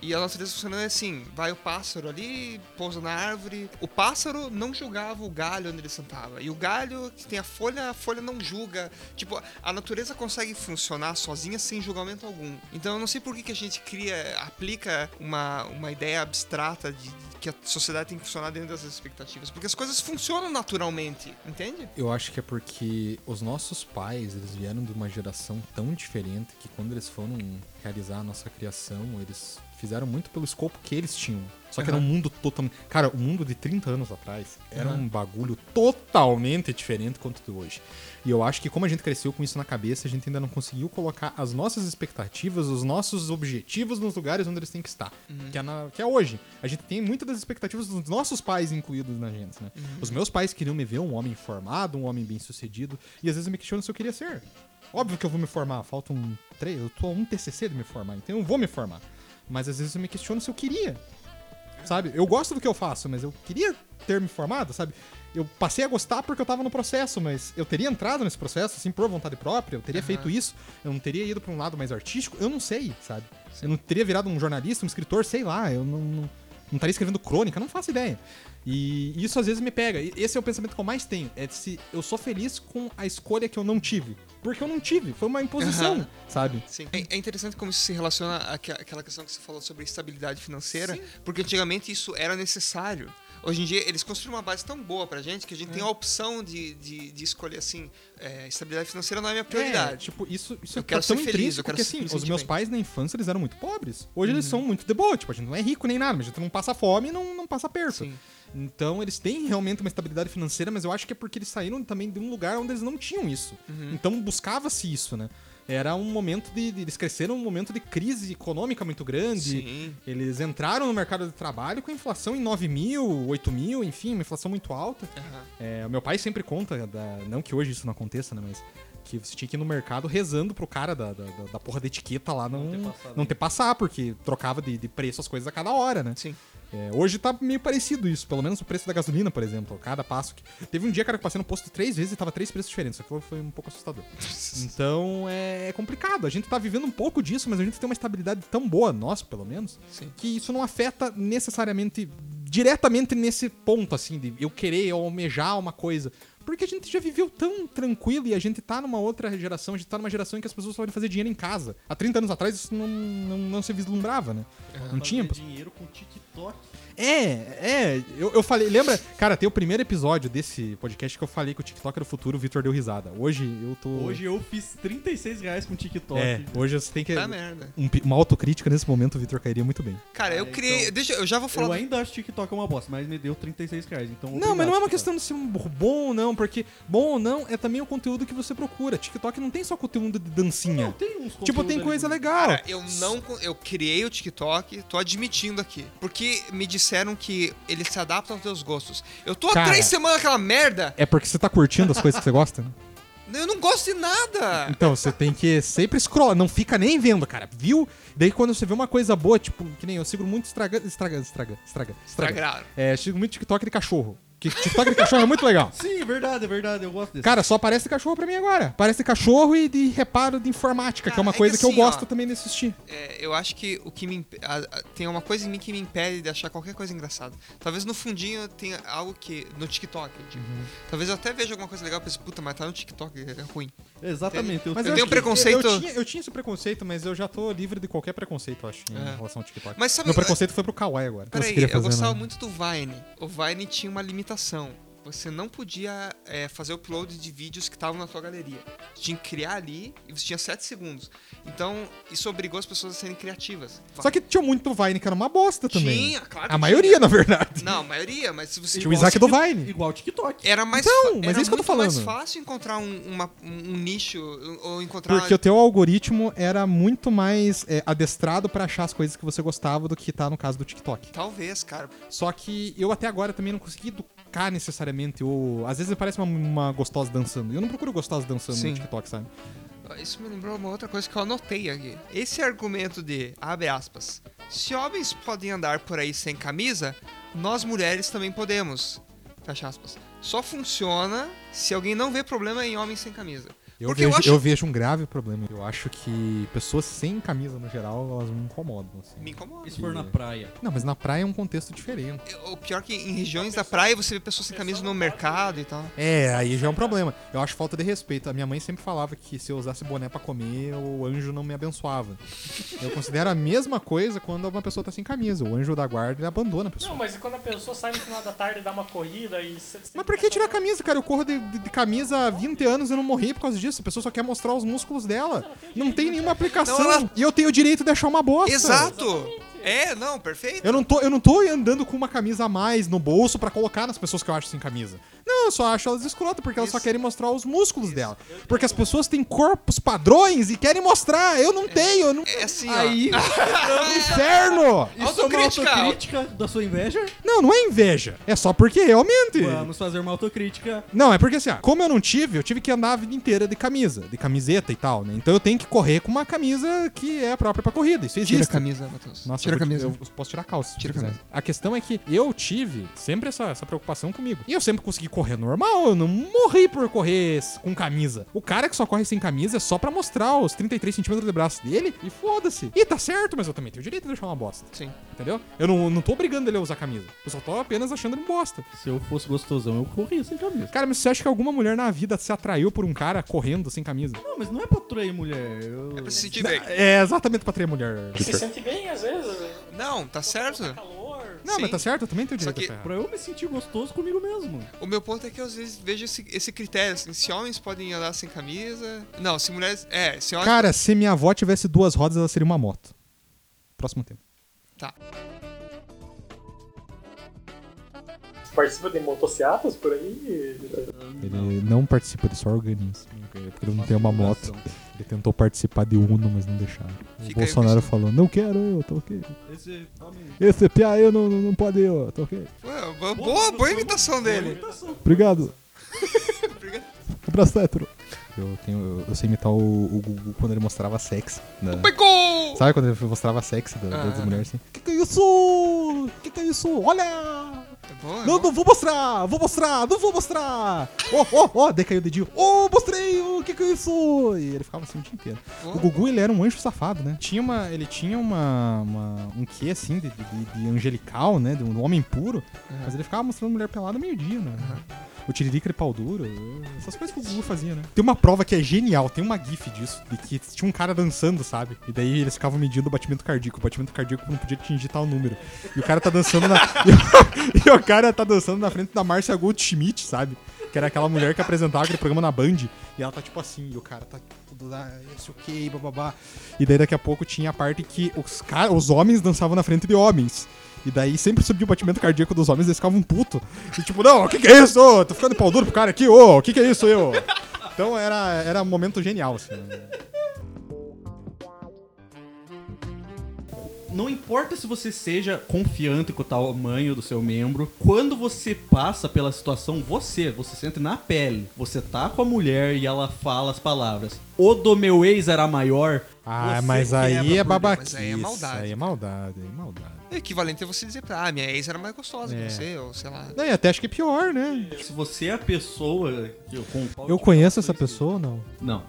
Speaker 4: E a natureza funcionando é assim: vai o pássaro ali, pousa na árvore. O pássaro não julgava o galho onde ele sentava. E o galho que tem a folha, a folha não julga. Tipo, a natureza consegue funcionar sozinha sem julgamento algum. Então eu não sei por que, que a gente cria, aplica uma, uma ideia abstrata de que a sociedade tem que funcionar dentro dessas expectativas. Porque as coisas funcionam naturalmente, entende?
Speaker 1: Eu acho que é porque os nossos pais, eles vieram de uma geração tão diferente que quando eles foram realizar a nossa criação, eles fizeram muito pelo escopo que eles tinham. Só que era um mundo totalmente. Cara, o mundo de 30 anos atrás era um bagulho totalmente diferente quanto de hoje. E eu acho que como a gente cresceu com isso na cabeça, a gente ainda não conseguiu colocar as nossas expectativas, os nossos objetivos nos lugares onde eles têm que estar. Que, é na- que é hoje. A gente tem muitas das expectativas dos nossos pais incluídos na gente, né? Os meus pais queriam me ver um homem formado, um homem bem sucedido, e às vezes eu me questiono se eu queria ser. Óbvio que eu vou me formar, falta um três, eu tô a um TCC de me formar, então eu vou me formar. Mas às vezes eu me questiono se eu queria sabe? Eu gosto do que eu faço, mas eu queria ter me formado, sabe? Eu passei a gostar porque eu tava no processo, mas eu teria entrado nesse processo, assim, por vontade própria, eu teria feito isso, eu não teria ido pra um lado mais artístico, eu não sei, sabe? Eu não teria virado um jornalista, um escritor, sei lá, eu não. não- Não estaria escrevendo crônica? Não faço ideia. E isso às vezes me pega. E Esse é o pensamento que eu mais tenho. É se eu sou feliz com a escolha que eu não tive. Porque eu não tive. Foi uma imposição,
Speaker 4: Aham.
Speaker 1: sabe?
Speaker 4: Sim. É, é interessante como isso se relaciona àque- àquela questão que você falou sobre estabilidade financeira, porque antigamente isso era necessário. Hoje em dia, eles construíram uma base tão boa pra gente que a gente tem a opção de, de, de escolher assim: é, estabilidade financeira não é minha
Speaker 1: É,
Speaker 4: prioridade.
Speaker 1: tipo, isso, isso
Speaker 4: Eu
Speaker 1: tá
Speaker 4: quero ser
Speaker 1: tão
Speaker 4: feliz,
Speaker 1: intrínseco
Speaker 4: eu quero
Speaker 1: que,
Speaker 4: se-
Speaker 1: assim,
Speaker 4: me
Speaker 1: os
Speaker 4: sentir
Speaker 1: meus
Speaker 4: bem. Uhum.
Speaker 1: pais na infância, eles eram muito pobres. Hoje eles são muito de boa, tipo, a gente não é rico nem nada, mas a gente não passa fome e não, não passa perto.
Speaker 4: Sim.
Speaker 1: Então, eles têm realmente uma estabilidade financeira, mas eu acho que é porque eles saíram também de um lugar onde eles não tinham isso.
Speaker 4: Uhum.
Speaker 1: Então, buscava-se isso, né? Era um momento de, de- Eles cresceram num momento de crise econômica muito grande.
Speaker 4: Sim.
Speaker 1: Eles entraram no mercado de trabalho com a inflação em 9 mil, 8 mil, enfim, uma inflação muito alta.
Speaker 4: Aham.
Speaker 1: É, o meu pai sempre conta, da- não que hoje isso não aconteça, né? Mas que você tinha que ir no mercado rezando pro cara da, da, da- da porra da etiqueta lá não,
Speaker 2: ter
Speaker 1: não,
Speaker 2: passado.
Speaker 1: ter, passar, porque trocava de, de preço as coisas a cada hora, né?
Speaker 4: Sim.
Speaker 1: É, hoje tá meio parecido isso, pelo menos o preço da gasolina, por exemplo. Cada passo que. Teve um dia, cara, que eu passei no posto três vezes e tava três preços diferentes. Isso aqui foi um pouco assustador. Então é, é complicado. A gente tá vivendo um pouco disso, mas a gente tem uma estabilidade tão boa, nós, pelo menos,
Speaker 4: Sim.
Speaker 1: que isso não afeta necessariamente diretamente nesse ponto, assim, de eu querer eu almejar uma coisa. Porque a gente já viveu tão tranquilo e a gente tá numa outra geração, a gente tá numa geração em que as pessoas só podem fazer dinheiro em casa. Há 30 anos atrás isso não, não, não se vislumbrava, né? Não tinha.
Speaker 2: Fazer dinheiro com TikTok.
Speaker 1: É, é, eu, eu falei, lembra? Cara, tem o primeiro episódio desse podcast que eu falei que o TikTok era o futuro, o Vitor deu risada. Hoje eu tô.
Speaker 2: Hoje eu fiz 36 reais com TikTok.
Speaker 1: É, hoje você tem que.
Speaker 4: Tá merda.
Speaker 1: Um pi- uma autocrítica nesse momento, o Vitor cairia muito bem.
Speaker 4: Cara, eu
Speaker 2: É,
Speaker 4: criei.
Speaker 2: então-
Speaker 4: Deixa, eu já vou
Speaker 2: Eu
Speaker 4: falar. do-
Speaker 2: ainda acho TikTok é uma bosta, mas me deu 36 reais, então...
Speaker 1: Não, mas não é uma
Speaker 2: obrigado, TikTok.
Speaker 1: questão de ser um bom ou não, porque bom ou não é também o conteúdo que você procura. TikTok não tem só conteúdo de dancinha.
Speaker 2: Não, tem uns
Speaker 1: tipo,
Speaker 2: conteúdos
Speaker 1: tem
Speaker 2: ali
Speaker 1: coisa
Speaker 2: bonito.
Speaker 1: legal.
Speaker 4: Cara, eu não. con- Eu criei o TikTok, tô admitindo aqui. Porque me disseram que ele se adapta aos teus gostos. Eu tô há
Speaker 1: Cara.
Speaker 4: três semanas naquela merda,
Speaker 1: É porque você tá curtindo as coisas que você gosta, né?
Speaker 4: eu não gosto de nada.
Speaker 1: Então, você tem que sempre scroll, não fica nem vendo, cara. Viu? Daí quando você vê uma coisa boa, tipo, que nem eu sigo muito estraga, estraga, estraga, estraga, estraga.
Speaker 4: Estragaram.
Speaker 1: É, sigo muito TikTok de cachorro. Que TikTok de cachorro é muito legal.
Speaker 2: Sim, é verdade, é verdade, eu gosto desse.
Speaker 1: Cara, só aparece de cachorro pra mim agora. Parece de cachorro e de reparo de informática, que é
Speaker 4: Cara,
Speaker 1: uma
Speaker 4: é que
Speaker 1: coisa que,
Speaker 4: assim,
Speaker 1: eu gosto
Speaker 4: ó,
Speaker 1: também de assistir.
Speaker 4: É, eu acho que o que me imp- a- a- tem uma coisa em mim que me impede de achar qualquer coisa engraçada. Talvez no fundinho tenha algo que no TikTok, eu digo.
Speaker 1: Uhum.
Speaker 4: Talvez eu até veja alguma coisa legal e pense, puta, mas tá no TikTok, é ruim.
Speaker 2: Exatamente. Eu,
Speaker 1: Mas
Speaker 4: eu
Speaker 2: tenho-
Speaker 4: tenho
Speaker 1: acho que-
Speaker 4: preconceito-
Speaker 1: Eu, tinha, eu tinha esse preconceito, mas eu já tô livre de qualquer preconceito, eu acho, em
Speaker 4: É.
Speaker 1: relação ao TikTok.
Speaker 4: Mas sabe-
Speaker 1: Meu preconceito foi pro Kawaii agora. Você
Speaker 4: Peraí,
Speaker 1: queria
Speaker 4: eu
Speaker 1: fazer,
Speaker 4: gostava
Speaker 1: né?
Speaker 4: muito do Vine. O Vine tinha uma limitação. Você não podia é, fazer upload de vídeos que estavam na tua galeria. Você tinha que criar ali e você tinha 7 segundos. Então, isso obrigou as pessoas a serem criativas.
Speaker 1: Só que tinha muito do Vine, que era uma bosta também.
Speaker 4: Tinha, claro que
Speaker 1: A maioria,
Speaker 4: tinha.
Speaker 1: na verdade.
Speaker 4: Não, a maioria, mas se você
Speaker 1: Tinha o Isaac do Vine.
Speaker 2: Igual TikTok.
Speaker 4: Era mais
Speaker 1: Então,
Speaker 4: fa-
Speaker 1: mas
Speaker 4: era
Speaker 1: é isso que eu tô
Speaker 4: muito mais
Speaker 1: falando.
Speaker 4: fácil encontrar um, uma- um- um nicho ou- ou encontrar
Speaker 1: Porque o teu algoritmo era muito mais é, adestrado pra achar as coisas que você gostava do que tá no caso do TikTok.
Speaker 4: talvez, cara.
Speaker 1: Só que eu até agora também não consegui educar necessariamente. Ou às vezes parece uma, uma gostosa dançando. Eu não procuro gostosa dançando
Speaker 4: Sim.
Speaker 1: no TikTok, sabe?
Speaker 4: Isso me lembrou uma outra coisa que eu anotei aqui. Esse argumento de abre aspas. Se homens podem andar por aí sem camisa, nós mulheres também podemos. Fecha aspas. Só funciona se alguém não vê problema em homens sem camisa.
Speaker 1: Eu
Speaker 4: Porque
Speaker 1: vejo,
Speaker 4: eu acho
Speaker 1: eu vejo um grave problema. Eu acho que pessoas sem camisa no geral, elas me incomodam. assim.
Speaker 4: me incomoda.
Speaker 2: Se for na praia.
Speaker 1: Não, mas na praia é um contexto diferente.
Speaker 4: O pior é que em regiões da praia você vê pessoas sem camisa no mercado e tal.
Speaker 1: É, aí já é um problema. Eu acho falta de respeito. A minha mãe sempre falava que se eu usasse boné pra comer, o anjo não me abençoava. Eu considero a mesma coisa quando uma pessoa tá sem camisa. O anjo da guarda, ele abandona a pessoa.
Speaker 3: Não, mas e quando a pessoa sai no final da tarde e dá uma corrida e. cê- cê-
Speaker 1: Mas por que tirar a camisa, cara? Eu corro de, de- de camisa há 20 anos e eu não morri por causa disso. A pessoa só quer mostrar os músculos dela. Não tem nenhuma aplicação.
Speaker 4: Não, ela-
Speaker 1: E eu tenho o direito de achar uma bosta.
Speaker 4: Exato! É, não, perfeito.
Speaker 1: Eu não, tô, eu não tô andando com uma camisa a mais no bolso pra colocar nas pessoas que eu acho sem camisa. Não, eu só acho elas escrotas porque elas só
Speaker 4: Isso.
Speaker 1: querem mostrar os músculos dela. Porque as pessoas têm corpos padrões e querem mostrar. Eu não tenho, eu não.
Speaker 4: É assim, ó.
Speaker 1: Aí, inferno!
Speaker 2: Isso é uma
Speaker 4: Autocrítica.
Speaker 2: autocrítica da sua inveja?
Speaker 1: Não, não é inveja. É só porque realmente.
Speaker 2: Vamos fazer uma autocrítica.
Speaker 1: Não, é porque assim, ó, como eu não tive, eu tive que andar a vida inteira de camisa, de camiseta e tal, né? Então eu tenho que correr com uma camisa que é própria pra corrida. Isso existe.
Speaker 4: Tira a camisa, Matheus.
Speaker 1: Nossa,
Speaker 4: Tira
Speaker 1: eu
Speaker 4: a
Speaker 1: vou-
Speaker 4: camisa.
Speaker 1: Eu posso tirar a calça. se
Speaker 4: Tira a
Speaker 1: quiser.
Speaker 4: camisa.
Speaker 1: A questão é que eu tive sempre essa, essa preocupação comigo. E eu sempre consegui correr normal, eu não morri por correr s- com camisa. O cara que só corre sem camisa é só pra mostrar os 33 centímetros de braço dele e foda-se. E tá certo, mas eu também tenho o direito de deixar uma bosta,
Speaker 4: Sim.
Speaker 1: entendeu? Eu não, não tô obrigando ele a usar camisa. Eu só tô apenas achando ele um bosta.
Speaker 2: Se eu fosse gostosão, eu corria sem camisa.
Speaker 1: Cara, mas você acha que alguma mulher na vida se atraiu por um cara correndo sem camisa?
Speaker 2: Não, mas não é pra atrair mulher. Eu...
Speaker 4: É Pra se sentir bem.
Speaker 1: É exatamente pra atrair mulher.
Speaker 3: Se sente bem, às vezes. né?
Speaker 4: Não, tá certo.
Speaker 3: Tá calor.
Speaker 1: Não,
Speaker 4: Sim.
Speaker 1: mas tá certo, eu também tenho
Speaker 4: Só
Speaker 1: direito
Speaker 4: que
Speaker 1: a ferrar.
Speaker 2: Pra eu me sentir gostoso comigo mesmo.
Speaker 4: O meu ponto é que eu às vezes vejo esse, esse critério, assim, se homens podem andar sem camisa. Não, se mulheres. É, se homens.
Speaker 1: Cara, se minha avó tivesse duas rodas, ela seria uma moto. Próximo tema.
Speaker 3: Participa de motocicletas por aí?
Speaker 1: Ele não participa, ele só organiza. Porque ele não tem uma moto. Ele tentou participar de Uno, mas não deixaram. O
Speaker 4: Fica aí,
Speaker 1: Bolsonaro
Speaker 4: Cristiano.
Speaker 1: falou, não quero eu, tá ok.
Speaker 2: Esse homem.
Speaker 1: Esse PA eu não, não, não pode eu, tá ok.
Speaker 4: Ué, boa, boa, boa imitação dele.
Speaker 1: Obrigado.
Speaker 4: Obrigado.
Speaker 1: Abraço, hétero. Eu, tenho, eu, eu sei imitar o, o Gugu quando ele mostrava sexo. né?
Speaker 4: Pegou!
Speaker 1: Sabe quando ele mostrava sexo da- das
Speaker 4: Ah.
Speaker 1: mulheres assim? Que que é isso? Que que é isso? Olha!
Speaker 4: É bom, é
Speaker 1: Não,
Speaker 4: bom.
Speaker 1: não vou mostrar! Vou mostrar! Não vou mostrar! Oh, oh, oh! Daí caiu o dedinho. Oh, mostrei! O que que é isso? E ele ficava assim o dia inteiro.
Speaker 4: Pô.
Speaker 1: O Gugu, ele era um anjo safado, né? Tinha uma, ele tinha uma, uma- um quê, assim, de, de- de angelical, né? De um homem puro. Mas ele ficava mostrando mulher pelada meio-dia, né? O tiririca de pau duro. Essas coisas que o Gugu fazia, né? Tem uma prova que é genial. Tem uma gif disso. De que tinha um cara dançando, sabe? E daí eles ficavam medindo o batimento cardíaco. O batimento cardíaco não podia atingir tal número. E o cara tá dançando na... e o cara tá dançando na frente da Márcia Goldschmidt, sabe? Que era aquela mulher que apresentava aquele programa na Band. E ela tá tipo assim, e o cara tá tudo lá, não sei o que, bababá. E daí daqui a pouco tinha a parte que os, cara, os homens dançavam na frente de homens. E daí sempre subia o batimento cardíaco dos homens, eles ficavam puto. E tipo, não, o que que é isso? Ô, tô ficando pau duro pro cara aqui, ô, o que que é isso, eu? Então era, era um momento genial, assim.
Speaker 2: Não importa se você seja confiante com o tamanho do seu membro, quando você passa pela situação, você, você sente na pele. Você tá com a mulher e ela fala as palavras. O do meu ex era maior.
Speaker 1: Ah,
Speaker 2: Você
Speaker 1: mas aí é
Speaker 2: quebra por dentro.
Speaker 1: babaquice.
Speaker 4: mas
Speaker 1: Aí
Speaker 4: aí é maldade.
Speaker 1: é maldade, aí é maldade.
Speaker 4: É equivalente a você dizer pra ah, minha ex era mais gostosa
Speaker 1: É.
Speaker 4: que você, ou sei lá.
Speaker 1: Não, e até acho que é pior, né?
Speaker 2: Se você é a pessoa que eu concordo.
Speaker 1: Eu conheço essa pessoa ou não?
Speaker 2: Não.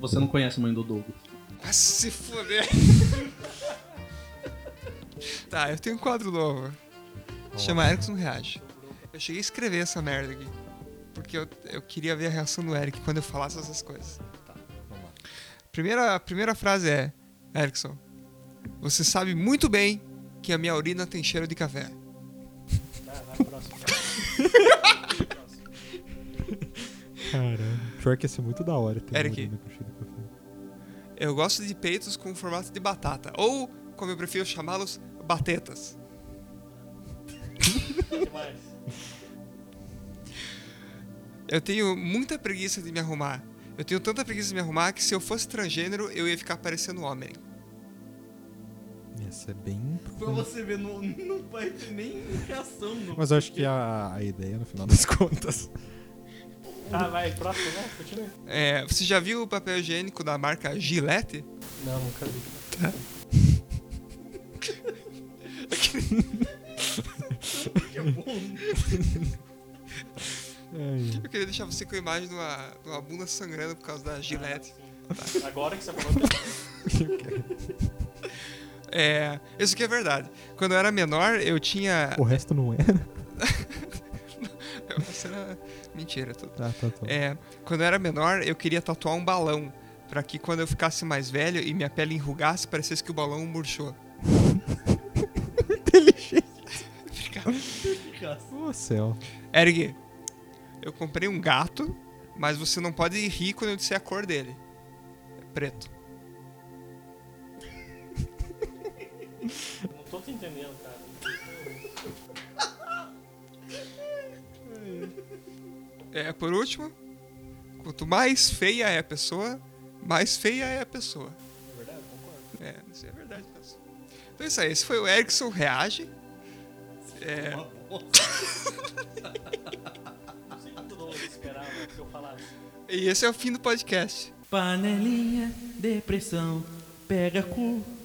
Speaker 2: Você não conhece a mãe do Douglas.
Speaker 4: Ah, se fuder. tá, eu tenho um quadro novo. Chama Erickson Reage. Eu cheguei a escrever essa merda aqui. Porque eu, eu queria ver a reação do Eric quando eu falasse essas coisas. Primeira, a primeira frase é: Erickson, você sabe muito bem que a minha urina tem cheiro de café.
Speaker 1: Caramba. Pior que ia ser muito da hora ter
Speaker 4: Eric.
Speaker 1: uma urina com cheiro de café.
Speaker 4: Eu gosto de peitos com formato de batata. Ou, como eu prefiro chamá-los, batetas.
Speaker 3: Demais.
Speaker 4: Eu tenho muita preguiça de me arrumar. Eu tenho tanta preguiça de me arrumar que se eu fosse transgênero, eu ia ficar parecendo um homem.
Speaker 1: Essa é bem.
Speaker 2: Pra você ver, não, não vai ter nem reação. Não.
Speaker 1: Mas eu acho que a, a ideia, no final das contas.
Speaker 3: Tá, vai, próximo, né? Continua.
Speaker 4: É, você já viu o papel higiênico da marca Gillette?
Speaker 3: Não, nunca vi.
Speaker 1: É,
Speaker 4: Eu queria deixar você com a imagem de uma, de uma bunda sangrando por causa da Gillette.
Speaker 3: Tá. Agora que você falou.
Speaker 4: É, isso aqui é verdade. Quando eu era menor, eu tinha.
Speaker 1: é. O resto não né? era.
Speaker 4: Isso era mentira. Tô...
Speaker 1: Tá, tá, tá.
Speaker 4: É, quando eu era menor, eu queria tatuar um balão. Pra que quando eu ficasse mais velho e minha pele enrugasse, parecesse que o balão murchou.
Speaker 1: Ô, céu.
Speaker 4: Eric, eu comprei um gato, mas você não pode rir quando eu disser a cor dele. É preto.
Speaker 3: Não tô te entendendo, cara.
Speaker 4: É, por último, quanto mais feia é a pessoa, mais feia é a pessoa. É verdade, concordo. É, isso é verdade, pessoal. Então é isso aí, esse foi o Erickson Reage. É,
Speaker 3: Não sei quanto Douglas esperava que eu falasse.
Speaker 4: e esse é o fim do podcast.
Speaker 2: Panelinha, depressão, pega cu.